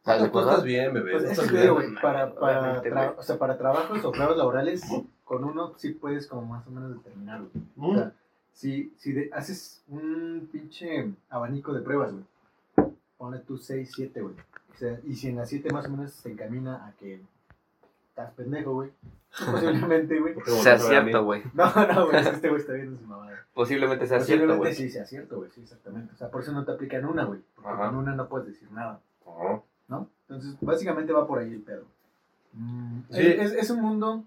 Speaker 5: ¿Sabes de
Speaker 2: Tú
Speaker 5: cosas?
Speaker 2: estás bien, bebé.
Speaker 3: Pues
Speaker 2: tú
Speaker 3: es
Speaker 2: estás
Speaker 3: que te digo,
Speaker 2: bien.
Speaker 3: güey, para, para,
Speaker 5: Obviamente,
Speaker 3: tra-
Speaker 5: güey.
Speaker 3: o sea, para trabajos o pruebas laborales, con uno sí puedes como más o menos determinarlo. O
Speaker 2: Mm.
Speaker 3: sea, si, si de- haces un pinche abanico de pruebas, güey. Ponle tú 6, 7, güey. O sea, y si en las 7 más o menos se encamina a que estás pendejo, güey. Posiblemente, güey.
Speaker 2: ¿Por qué me
Speaker 5: Sea
Speaker 2: volteas a ver a mí?
Speaker 5: cierto, güey.
Speaker 3: No, no, güey, es que este güey está viendo su mamada.
Speaker 5: Posiblemente sea cierto,
Speaker 3: Posiblemente
Speaker 5: güey.
Speaker 3: sí sea cierto, güey, sí, exactamente. O sea, por eso no te aplican una, güey. Porque
Speaker 2: Ajá.
Speaker 3: con una no puedes decir nada,
Speaker 2: Ajá.
Speaker 3: ¿no? Entonces, básicamente va por ahí el pedo. Mm,
Speaker 2: Sí.
Speaker 3: es, es- es un mundo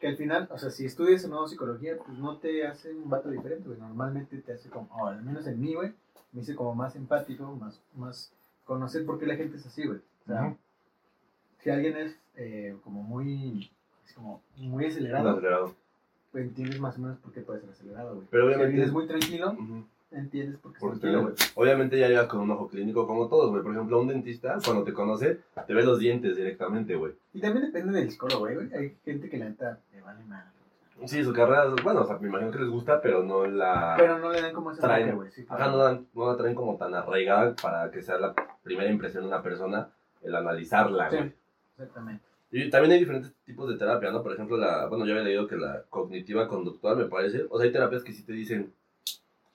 Speaker 3: que al final, o sea, si estudias o no psicología, pues no te hace un vato diferente, güey. Normalmente te hace como, o al menos en mí, güey, me hice como más empático, más, más conocer por qué la gente es así, güey. O sea,
Speaker 2: Ujú.
Speaker 3: si alguien es eh, como muy, es como muy
Speaker 2: Un
Speaker 3: acelerado,
Speaker 2: acelerado.
Speaker 3: pues entiendes más o menos por qué puede ser acelerado, güey.
Speaker 2: Pero
Speaker 3: Si
Speaker 2: obviamente-
Speaker 3: alguien es muy tranquilo,
Speaker 2: Ujú.
Speaker 3: entiendes por qué es
Speaker 2: Porque,
Speaker 3: tranquilo, güey.
Speaker 2: obviamente ya llegas con un ojo clínico como todos, güey. Por ejemplo, un dentista, cuando te conoce, te ve los dientes directamente, güey.
Speaker 3: Y también depende del psicólogo, güey. Hay gente que la neta le vale madre.
Speaker 2: Sí, su carrera, bueno, o sea, me imagino que les gusta, pero no la...
Speaker 3: Pero no le dan como esa
Speaker 2: Traen.
Speaker 3: marca, güey. sí,
Speaker 2: Ajá, no la, no la traen como tan arraigada para que sea la primera impresión de una persona el analizarla,
Speaker 3: Sí.
Speaker 2: güey.
Speaker 3: Exactamente.
Speaker 2: Y también hay diferentes tipos de terapia, ¿no? Por ejemplo, la, bueno, yo había leído que la cognitiva conductual, me parece. O sea, hay terapias que sí te dicen,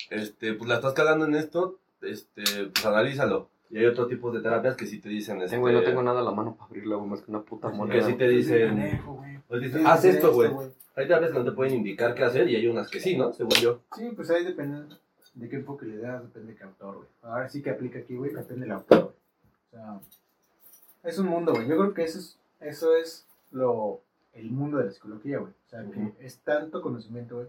Speaker 2: este, pues la estás cagando en esto, este, pues analízalo. Y hay otro tipo de terapias que sí te dicen, este,
Speaker 5: Eh, güey, no tengo nada a la mano para abrirla, güey, más que una puta
Speaker 2: que
Speaker 5: moneda.
Speaker 2: sí te
Speaker 3: Sí,
Speaker 2: dicen,
Speaker 3: pendejo, güey.
Speaker 2: pues dicen,
Speaker 3: Sí,
Speaker 2: haz
Speaker 3: sí,
Speaker 2: esto, güey. Hay terapias que no te pueden indicar qué hacer y hay unas que sí, ¿no? Según yo.
Speaker 3: Sí, pues ahí depende de qué enfoque le das, depende de qué autor, güey. Ahora sí que aplica aquí, güey, depende del autor, güey. O sea, es un mundo, güey. Yo creo que eso es, eso es lo, el mundo de la psicología, güey. O sea,
Speaker 2: Ujú.
Speaker 3: que es tanto conocimiento, güey,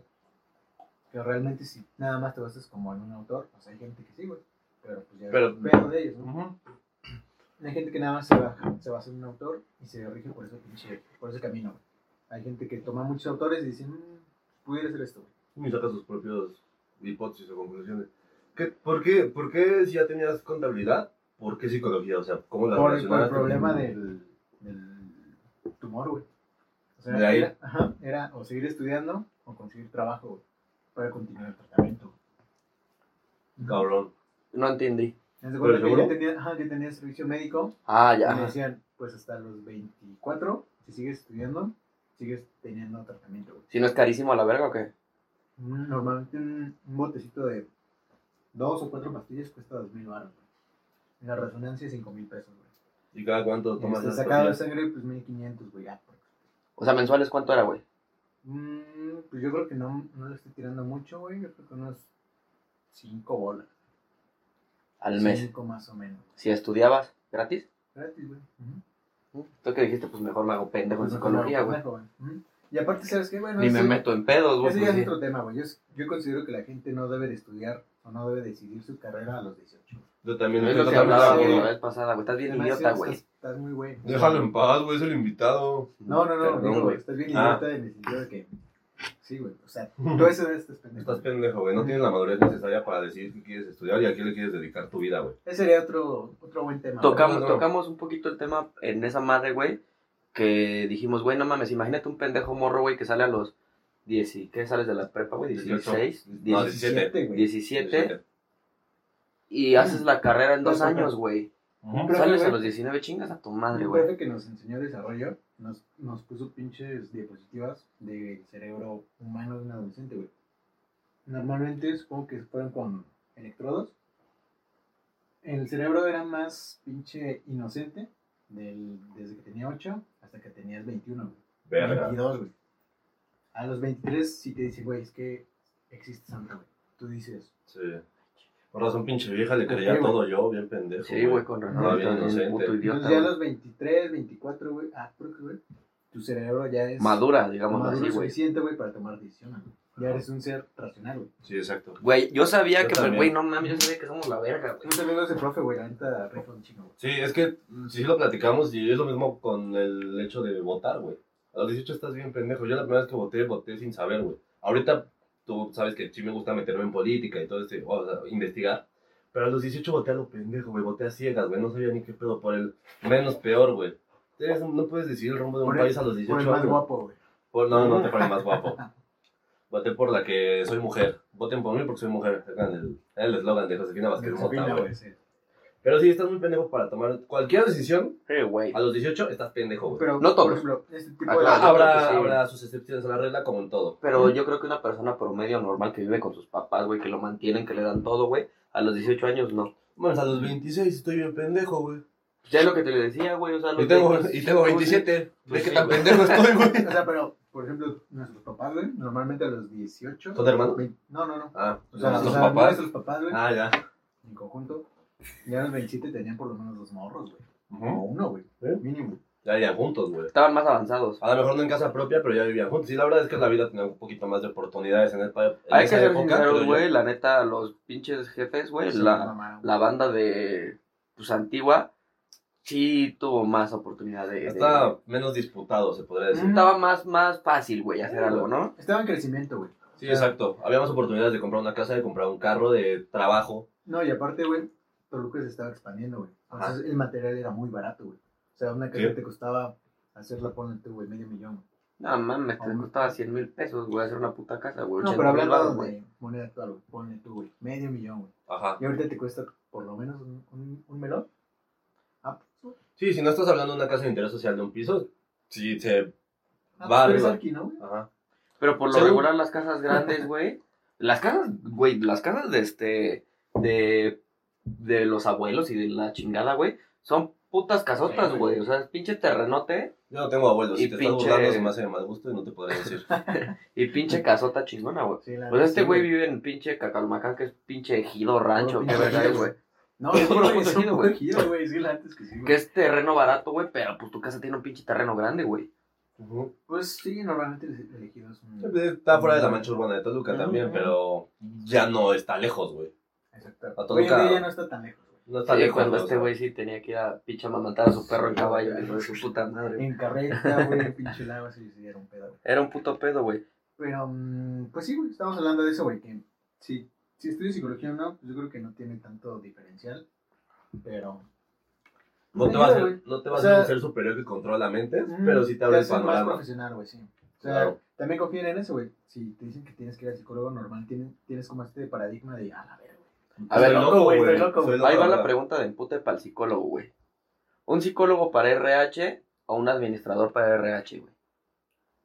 Speaker 3: que realmente si nada más te basas como en un autor, pues hay gente que sí, güey. Pero pues ya
Speaker 2: Pero-
Speaker 3: es un pedo de ellos, ¿no? Hay gente que nada más se baja, se basa en un autor y se rige por ese pinche, por ese camino, güey. Hay gente que toma muchos autores y dicen, "Mm, pudiera ser esto, güey.
Speaker 2: y saca sus propios hipótesis o conclusiones. ¿Qué, por, qué, ¿Por qué si ya tenías contabilidad? ¿Por qué psicología? O sea, ¿cómo la
Speaker 3: por, por el
Speaker 2: relacionabas con-
Speaker 3: problema del, del tumor, güey. O sea,
Speaker 2: De ahí.
Speaker 3: Era, ajá, era o seguir estudiando o conseguir trabajo, güey, para continuar el tratamiento. güey.
Speaker 2: Cabrón.
Speaker 5: No entendí.
Speaker 3: Haz de cuenta
Speaker 2: ¿Pero
Speaker 3: que
Speaker 2: seguro?
Speaker 3: yo tenía, ajá, yo tenía servicio médico
Speaker 5: Ah,
Speaker 3: y me
Speaker 5: ya.
Speaker 3: decían, pues hasta los 24, si sigues estudiando, sigues teniendo tratamiento, güey.
Speaker 5: Si no es carísimo a la verga o qué.
Speaker 3: Un- Normalmente un, un botecito de dos o cuatro pastillas cuesta dos mil baros, güey. En la resonancia cinco mil pesos, güey.
Speaker 2: ¿Y cada cuánto tomas
Speaker 3: Este,
Speaker 2: esas
Speaker 3: sacado de
Speaker 2: pastillas?
Speaker 3: sangre, pues 1500, güey, ya, pues.
Speaker 5: O
Speaker 3: porque
Speaker 5: sea, mensuales, ¿cuánto era, güey?
Speaker 3: Mm, pues yo creo que no, no le estoy tirando mucho, güey. Yo creo que unos 5 bolas.
Speaker 5: Al mes.
Speaker 3: 5 más o menos.
Speaker 5: Si estudiabas, gratis.
Speaker 3: Gratis, güey. Ujú.
Speaker 5: Tú que dijiste, pues mejor me hago pendejo en
Speaker 3: Pues,
Speaker 5: psicología,
Speaker 3: mejor,
Speaker 5: güey.
Speaker 3: mejor, Ujú. Y aparte, ¿sabes qué? Bueno,
Speaker 5: Ni me
Speaker 3: ese-
Speaker 5: meto en pedos, güey.
Speaker 3: Ese ya
Speaker 5: pues,
Speaker 3: es
Speaker 5: sí.
Speaker 3: otro tema, güey. Yo, yo considero que la gente no debe de estudiar o no debe decidir su carrera a los 18. güey.
Speaker 2: Yo también
Speaker 1: Es
Speaker 2: yo
Speaker 1: lo que
Speaker 2: también
Speaker 1: hablaba
Speaker 2: estoy-
Speaker 1: güey,
Speaker 3: güey.
Speaker 1: la vez pasada, güey. Estás bien
Speaker 3: Además,
Speaker 1: idiota,
Speaker 3: estás-
Speaker 1: güey.
Speaker 3: Estás muy güey.
Speaker 2: Déjalo en paz, güey, es el invitado.
Speaker 3: No, no, no,
Speaker 2: Perdón,
Speaker 3: digo,
Speaker 2: güey.
Speaker 3: estás bien
Speaker 2: Ah.
Speaker 3: idiota en el sentido de que. Sí, güey. O sea, tú eso de estás pendejo.
Speaker 2: Estás pendejo, güey. No tienes la madurez necesaria para decidir qué quieres estudiar y a qué le quieres dedicar tu vida, güey.
Speaker 3: Ese sería otro, otro buen tema. güey.
Speaker 1: Tocamos,
Speaker 2: no.
Speaker 1: tocamos un poquito el tema en esa madre, güey. Que dijimos, güey, no mames, imagínate un pendejo morro, güey, que sale a los 10 y... ¿Qué sales de la prepa, güey? 16, 17,
Speaker 2: No, 17.
Speaker 3: 17, güey.
Speaker 1: 17 y haces la carrera en dos años, güey.
Speaker 2: Ujú.
Speaker 3: Pero,
Speaker 1: Sales a
Speaker 3: güey.
Speaker 1: los 19 chingas a tu madre,
Speaker 3: Un
Speaker 1: güey.
Speaker 3: profe que nos enseñó desarrollo nos, nos puso pinches diapositivas del cerebro humano de un adolescente, güey. Normalmente supongo que fueron con electrodos. El cerebro era más pinche inocente del, desde que tenía 8 hasta que tenías 21, güey.
Speaker 2: Verga.
Speaker 3: 22, güey. A los 23 si te dicen, güey, es que existe Santa, güey. Tú dices,
Speaker 2: Sí. Por razón, pinche vieja, le
Speaker 3: ¿Por
Speaker 2: creía
Speaker 3: qué, güey?
Speaker 2: todo yo, bien pendejo.
Speaker 1: Sí, güey, con razón.
Speaker 2: No,
Speaker 1: No,
Speaker 2: bien inocente.
Speaker 1: puto idiota,
Speaker 3: entonces Pues ya a
Speaker 1: güey.
Speaker 3: los 23, 24, güey, ah, creo que, güey, tu cerebro ya es
Speaker 1: Madura, digamos
Speaker 3: maduro
Speaker 1: así, güey.
Speaker 3: suficiente, güey, para tomar decisiones, güey. Ya eres un ser racional, güey.
Speaker 2: Sí, exacto.
Speaker 1: Güey, yo sabía
Speaker 2: Yo
Speaker 1: que,
Speaker 2: también.
Speaker 1: güey, no mames, yo sabía que somos la verga, güey.
Speaker 3: Tú también lo haces, profe, güey, la neta, rifa un chingo, güey.
Speaker 2: Sí, es que mm, sí lo platicamos y es lo mismo con el hecho de votar, güey. A los 18 estás bien pendejo. Yo la primera vez que voté, voté sin saber, güey. Ahorita tú sabes que sí me gusta meterme en política y todo este, o sea, investigar. Pero a los 18 voté a lo pendejo, güey. Voté a ciegas, güey. No sabía ni qué pedo por el menos peor, güey. Tienes- No puedes decidir el rumbo de un
Speaker 3: Por el-
Speaker 2: país a los 18
Speaker 3: Por el más
Speaker 2: güey.
Speaker 3: guapo, güey.
Speaker 2: Por- no, no te por el más guapo. Voté por la que soy mujer. Voten por mí porque soy mujer. Era el- era el eslogan de Josefina Vázquez
Speaker 3: Josefina,
Speaker 2: Mota, güey.
Speaker 3: güey, sí.
Speaker 2: Pero sí, estás muy pendejo para tomar cualquier decisión
Speaker 1: Sí, güey.
Speaker 2: a los 18 estás pendejo, güey.
Speaker 3: Pero,
Speaker 1: No todos.
Speaker 3: por ejemplo, este tipo
Speaker 1: Ah,
Speaker 3: de...
Speaker 2: Habrá,
Speaker 1: claro. yo creo
Speaker 2: habrá,
Speaker 1: que sí.
Speaker 2: habrá sus excepciones a la regla como en todo.
Speaker 1: Pero yo creo que una persona promedio normal que vive con sus papás, güey, que lo mantienen, que le dan todo, güey, a los 18 años no.
Speaker 2: Bueno, a los 26 estoy bien pendejo, güey.
Speaker 1: Ya es lo que te le decía, güey, o sea, los
Speaker 2: Y tengo,
Speaker 1: 20,
Speaker 2: y tengo
Speaker 1: pues,
Speaker 2: 27.
Speaker 1: Pues
Speaker 2: ¿De qué
Speaker 1: sí,
Speaker 2: tan
Speaker 1: güey.
Speaker 2: pendejo estoy, güey?
Speaker 3: O sea, pero, por ejemplo, nuestros papás, güey, normalmente a los 18...
Speaker 2: ¿Son hermanos?
Speaker 3: vein- No, no, no.
Speaker 2: Ah,
Speaker 3: O sea,
Speaker 2: nuestros
Speaker 3: o sea,
Speaker 2: papás.
Speaker 3: Nuestros papás, güey,
Speaker 2: Ah, ya.
Speaker 3: en conjunto, ya a los 27 tenían por lo menos dos morros, güey. O
Speaker 2: Ujú.
Speaker 3: uno, güey.
Speaker 2: ¿Eh?
Speaker 3: Mínimo.
Speaker 2: Ya vivían juntos, güey.
Speaker 1: Estaban más avanzados.
Speaker 2: A lo mejor no en casa propia, pero ya vivían juntos. Sí, la verdad es que la vida tenía un poquito más de oportunidades en, el, pa- en
Speaker 1: Hay que
Speaker 2: esa
Speaker 1: ser
Speaker 2: época. pero
Speaker 1: sinceros,
Speaker 2: yo-
Speaker 1: güey, la neta, los pinches jefes, güey,
Speaker 3: Sí,
Speaker 1: la,
Speaker 3: mamá, güey.
Speaker 1: la banda de, pues, antigua, sí tuvo más oportunidad de... de-
Speaker 2: Está menos disputado, se podría decir.
Speaker 3: Mm.
Speaker 1: Estaba más, más fácil, güey, hacer algo, ¿no?
Speaker 3: Estaba en crecimiento, güey.
Speaker 2: Sí, exacto. Había más oportunidades de comprar una casa, de comprar un carro, de trabajo.
Speaker 3: No, y aparte, güey, Toluca se estaba expandiendo, güey.
Speaker 2: Ajá.
Speaker 3: Entonces el material era muy barato, güey. O sea, una casa
Speaker 2: Sí.
Speaker 3: te costaba hacerla, ponle tú, güey, medio millón. güey.
Speaker 1: No mames, te costaba 100 mil pesos, güey, hacer una puta casa, güey.
Speaker 3: No,
Speaker 1: 80,000
Speaker 3: pero
Speaker 1: varos,
Speaker 3: hablando
Speaker 1: güey.
Speaker 3: de moneda actual, güey, ponle tú, güey, medio millón, güey.
Speaker 2: Ajá.
Speaker 3: Y ahorita te cuesta por lo menos un, un, un melón. Ah, pues,
Speaker 2: Sí, si no estás hablando de una casa de interés social de un piso, sí, se...
Speaker 3: ah,
Speaker 2: Va
Speaker 3: pero es
Speaker 2: arriba.
Speaker 3: aquí, ¿no, güey?
Speaker 2: Ajá.
Speaker 1: Pero por lo
Speaker 2: Según-
Speaker 1: regular las casas grandes, güey. Las casas, güey, las casas de este. de. de los abuelos y de la chingada, güey. Son putas casotas,
Speaker 3: Sí, güey.
Speaker 1: güey. O sea, es pinche terrenote
Speaker 2: Yo no tengo abuelos,
Speaker 1: Y
Speaker 2: si te
Speaker 1: pinche-
Speaker 2: estás burlando se me hace de mal gusto y no te podré decir.
Speaker 1: y pinche casota chingona, güey.
Speaker 3: Sí, la
Speaker 1: O sea,
Speaker 3: neta,
Speaker 1: este
Speaker 3: sí,
Speaker 1: güey vive en pinche Cacalmacán, que es pinche ejido rancho, qué
Speaker 3: Puro pinche
Speaker 1: verdad
Speaker 3: ejido,
Speaker 1: es, güey.
Speaker 3: No,
Speaker 1: Es
Speaker 3: sí,
Speaker 1: puro
Speaker 3: güey,
Speaker 1: puto
Speaker 3: es
Speaker 1: giro,
Speaker 3: un
Speaker 1: güey.
Speaker 3: puro giro, güey. Sí, la antes que sí, güey.
Speaker 1: Que es terreno barato, güey, pero pues tu casa tiene un pinche terreno grande, güey.
Speaker 2: Ujú.
Speaker 3: Pues sí, normalmente el elegido es un...
Speaker 2: pues, Está fuera de la mancha urbana de Toluca
Speaker 3: Ajá.
Speaker 2: también, pero ya no está lejos, güey.
Speaker 3: Exacto.
Speaker 2: A
Speaker 3: Hoy en
Speaker 2: Toluca-
Speaker 3: día ya no está tan lejos, güey.
Speaker 2: No está
Speaker 1: Sí,
Speaker 2: lejos.
Speaker 1: cuando
Speaker 2: güey, o
Speaker 1: este
Speaker 2: sea.
Speaker 1: güey sí tenía que ir a pinche amamantar a su perro en caballo, hijo de su puta madre. güey.
Speaker 3: En carreta, güey, en pinche lago, sí, sí, era un pedo, güey.
Speaker 1: Era un puto pedo, güey.
Speaker 3: Pero, mm, pues sí, güey, estamos hablando de eso, güey, que si, si estudias psicología o no, pues yo creo que no tiene tanto diferencial, pero...
Speaker 2: No
Speaker 3: Pues
Speaker 2: te vas a
Speaker 3: Ayuda,
Speaker 2: hacer,
Speaker 3: güey.
Speaker 2: no te
Speaker 3: O
Speaker 2: va a hacer
Speaker 3: sea-
Speaker 2: un ser superior que controla mentes,
Speaker 3: mm,
Speaker 2: pero sí te abre el
Speaker 3: hace más
Speaker 2: panorama.
Speaker 3: profesional, güey, sí. O sea,
Speaker 2: Claro.
Speaker 3: también confíen en eso, güey. Si te dicen que tienes que ir al psicólogo normal, tienes, tienes como este paradigma de, a la verga, güey.
Speaker 1: A ver,
Speaker 2: Soy
Speaker 1: loco,
Speaker 3: güey,
Speaker 2: güey,
Speaker 3: estoy loco,
Speaker 2: soy
Speaker 1: Ahí va la
Speaker 2: ¿verdad?
Speaker 1: pregunta de empute para el psicólogo, güey. ¿Un psicólogo para RH o un administrador para RH, güey?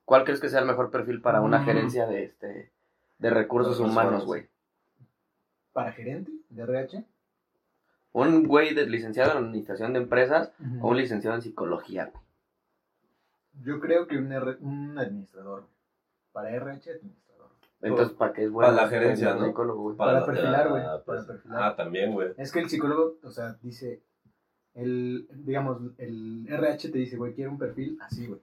Speaker 1: ¿Cuál crees que sea el mejor perfil para una
Speaker 3: Mm.
Speaker 1: gerencia de este de recursos
Speaker 2: Recursos
Speaker 1: humanos,
Speaker 2: humanos.
Speaker 1: güey?
Speaker 3: ¿Para gerente de RH?
Speaker 1: Un güey de licenciado en administración de empresas o
Speaker 2: Mm.
Speaker 1: un licenciado en psicología, güey.
Speaker 3: Yo creo que un, R- un administrador, güey. Para RH, administrador.
Speaker 1: Entonces, ¿para qué es bueno?
Speaker 2: Oh, Para la gerencia,
Speaker 1: un
Speaker 2: ¿no?
Speaker 1: psicólogo, güey?
Speaker 3: Para
Speaker 2: la-
Speaker 3: perfilar, güey,
Speaker 2: la-
Speaker 3: para perfilar.
Speaker 2: Ah, también, güey.
Speaker 3: Es que el psicólogo, o sea, dice, el, digamos, el RH te dice, güey, quiero un perfil así, güey.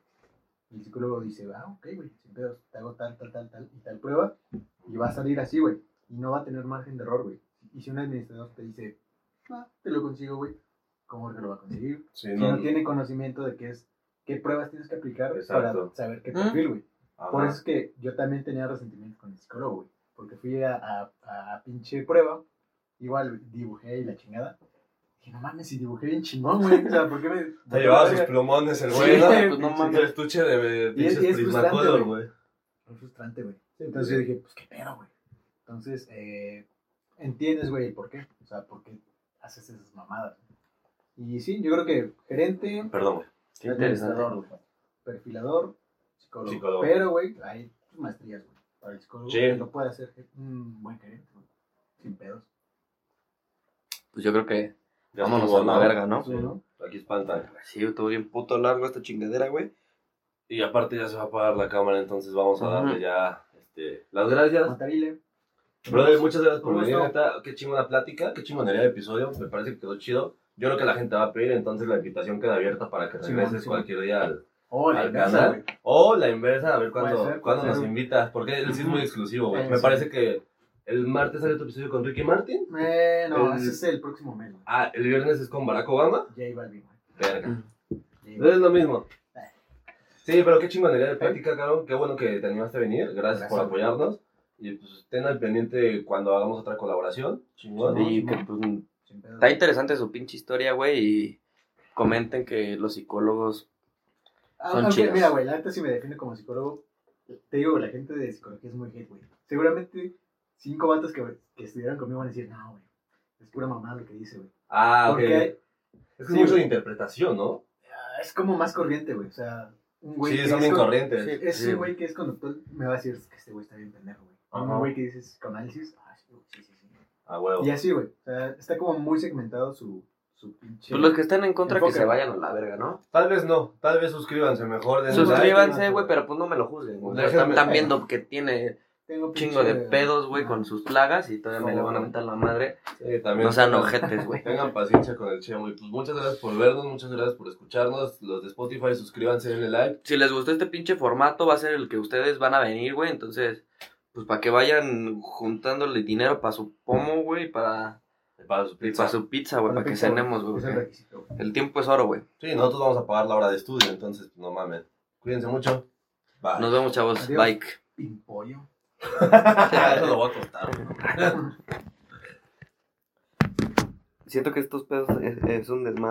Speaker 3: Y El psicólogo dice, ah, ok, güey, sin pedos, te hago tal, tal, tal, tal y tal prueba, y va a salir así, güey. Y no va a tener margen de error, güey. Y si un administrador te dice, ah, te lo consigo, güey, ¿cómo que lo va a conseguir?
Speaker 2: Sí,
Speaker 3: Si no, tiene conocimiento de qué es, qué pruebas tienes que aplicar
Speaker 2: Exacto.
Speaker 3: para saber qué
Speaker 6: ¿Mm?
Speaker 3: perfil, güey.
Speaker 2: ajá.
Speaker 3: Por eso es que yo también tenía resentimiento con el psicólogo, güey. Porque fui a, a- a pinche prueba, igual dibujé y la chingada. Dije, no mames, si dibujé bien chingón, güey. O sea, ¿por qué me.?
Speaker 2: Te llevaba sus plumones el güey, ¿no?
Speaker 1: pues no
Speaker 3: Sí,
Speaker 2: Un
Speaker 1: mames.
Speaker 2: estuche de eh,
Speaker 3: Y es-
Speaker 2: pinches
Speaker 3: y es
Speaker 2: Prismacolor,
Speaker 3: frustrante,
Speaker 2: güey.
Speaker 3: Fue frustrante, güey. Entonces yo dije, pues qué pedo, güey. Entonces, eh, entiendes, güey, el por qué. O sea, por qué haces esas mamadas. Y sí, yo creo que gerente,
Speaker 2: Perdón, güey.
Speaker 6: Qué interesante.
Speaker 3: administrador, güey, perfilador, psicólogo.
Speaker 2: Psicólogo.
Speaker 3: Pero, güey, hay maestrías, güey. Para el psicólogo
Speaker 2: Sí.
Speaker 3: güey, lo puede hacer je- un buen gerente, güey. Sin pedos.
Speaker 1: Pues yo creo que
Speaker 2: Ya
Speaker 1: Vámonos
Speaker 2: estuvo,
Speaker 1: a la verga, ¿no?
Speaker 2: Sí, Aquí espantan.
Speaker 1: sí, estuvo bien puto largo esta chingadera, güey.
Speaker 2: Y aparte ya se va a apagar la cámara, entonces vamos a
Speaker 1: Ujú.
Speaker 2: darle ya este, las gracias.
Speaker 3: Matarile.
Speaker 2: Brother, muchas gracias por
Speaker 3: Un
Speaker 2: venir,
Speaker 3: gusto.
Speaker 2: neta. Qué chingona plática, qué chingonería de episodio. Me parece que quedó chido. Yo creo que la gente va a pedir, entonces la invitación queda abierta para que
Speaker 3: Sí,
Speaker 2: regreses
Speaker 3: sí.
Speaker 2: cualquier día al,
Speaker 3: Oh, la
Speaker 2: Al
Speaker 3: inversa,
Speaker 2: canal.
Speaker 3: güey.
Speaker 2: O la inversa, a ver
Speaker 3: Puede
Speaker 2: cuándo,
Speaker 3: ser,
Speaker 2: cuándo
Speaker 3: puede
Speaker 2: nos
Speaker 3: ser.
Speaker 2: invitas. Porque él sí es muy exclusivo, güey.
Speaker 3: Eh,
Speaker 2: Me
Speaker 3: sí.
Speaker 2: parece que el martes sale tu episodio con Ricky Martin.
Speaker 3: Eh, no,
Speaker 2: El-
Speaker 3: ese es el próximo mes, güey.
Speaker 2: Ah, el viernes es con Barack Obama.
Speaker 3: J Balvin, güey.
Speaker 2: Verga.
Speaker 3: J
Speaker 2: Entonces
Speaker 3: Balvin.
Speaker 2: es lo mismo. Sí, pero qué chingonería de plática, cabrón. Qué bueno que te animaste a venir. Gracias, por
Speaker 3: Gracias.
Speaker 2: apoyarnos. Y pues estén al pendiente cuando hagamos otra colaboración. Chingón.
Speaker 3: Sí.
Speaker 1: Y que pues,
Speaker 3: Sin pedos.
Speaker 1: está interesante su pinche historia, güey. Y comenten que los psicólogos.
Speaker 3: Ah,
Speaker 1: Son
Speaker 3: aunque,
Speaker 1: chidas.
Speaker 3: Mira, güey, la neta sí me define como psicólogo. Te digo, la gente de psicología es muy hate, güey. Seguramente cinco vatos que, que estuvieron conmigo van a decir, no, güey, es pura mamada lo que dice, güey.
Speaker 2: Ah, ok.
Speaker 3: Porque
Speaker 2: Es
Speaker 3: Sí,
Speaker 2: mucho
Speaker 3: güey.
Speaker 2: de interpretación, ¿no?
Speaker 3: ah, es como más corriente, güey. O sea, un güey
Speaker 2: sí,
Speaker 3: que
Speaker 2: son
Speaker 3: es
Speaker 2: bien
Speaker 3: con-
Speaker 2: corrientes.
Speaker 1: Sí.
Speaker 3: Es un güey que es conductor, me va a decir "Es que este güey está bien pendejo, güey.
Speaker 2: Ajá.
Speaker 3: Un güey que dices con análisis, ah, sí, güey, sí, sí, sí.
Speaker 2: A huevo.
Speaker 3: Y así, güey. O sea, está como muy segmentado su, su pinche.
Speaker 1: Pues los que están en contra que
Speaker 3: Enfoque.
Speaker 1: se vayan a la verga, ¿no?
Speaker 2: Tal vez no. Tal vez suscríbanse mejor. denle like.
Speaker 1: Suscríbanse, güey, pero pues no me lo juzguen, güey. O sea,
Speaker 2: Déjenme-
Speaker 1: Están, están viendo que tiene
Speaker 3: Tengo
Speaker 1: un chingo de
Speaker 3: pinche-
Speaker 1: pedos, güey, con sus plagas y todavía me le van a meter la madre.
Speaker 2: Sí, también.
Speaker 1: No sean ojetes, güey.
Speaker 2: Tengan paciencia con el Chemo. Y pues muchas gracias por vernos, muchas gracias por escucharnos. Los de Spotify, suscríbanse, denle like.
Speaker 1: si les gustó este pinche formato, va a ser el que ustedes van a venir, güey. Entonces, pues para que vayan juntándole dinero para su pomo, güey, para,
Speaker 2: Para su
Speaker 1: y
Speaker 2: pizza.
Speaker 1: para su pizza, güey, para que
Speaker 3: pinche,
Speaker 1: cenemos, güey.
Speaker 3: Es el
Speaker 1: porque
Speaker 3: requisito, güey.
Speaker 1: El tiempo es oro, güey.
Speaker 2: Sí, nosotros vamos a pagar la hora de estudio, entonces no mames. Cuídense mucho. Bye.
Speaker 1: Nos vemos, chavos.
Speaker 3: Adiós.
Speaker 1: Like.
Speaker 3: Pimpollo.
Speaker 2: Eso lo voy a cortar.
Speaker 1: Siento que estos pedos es, es un desmadre.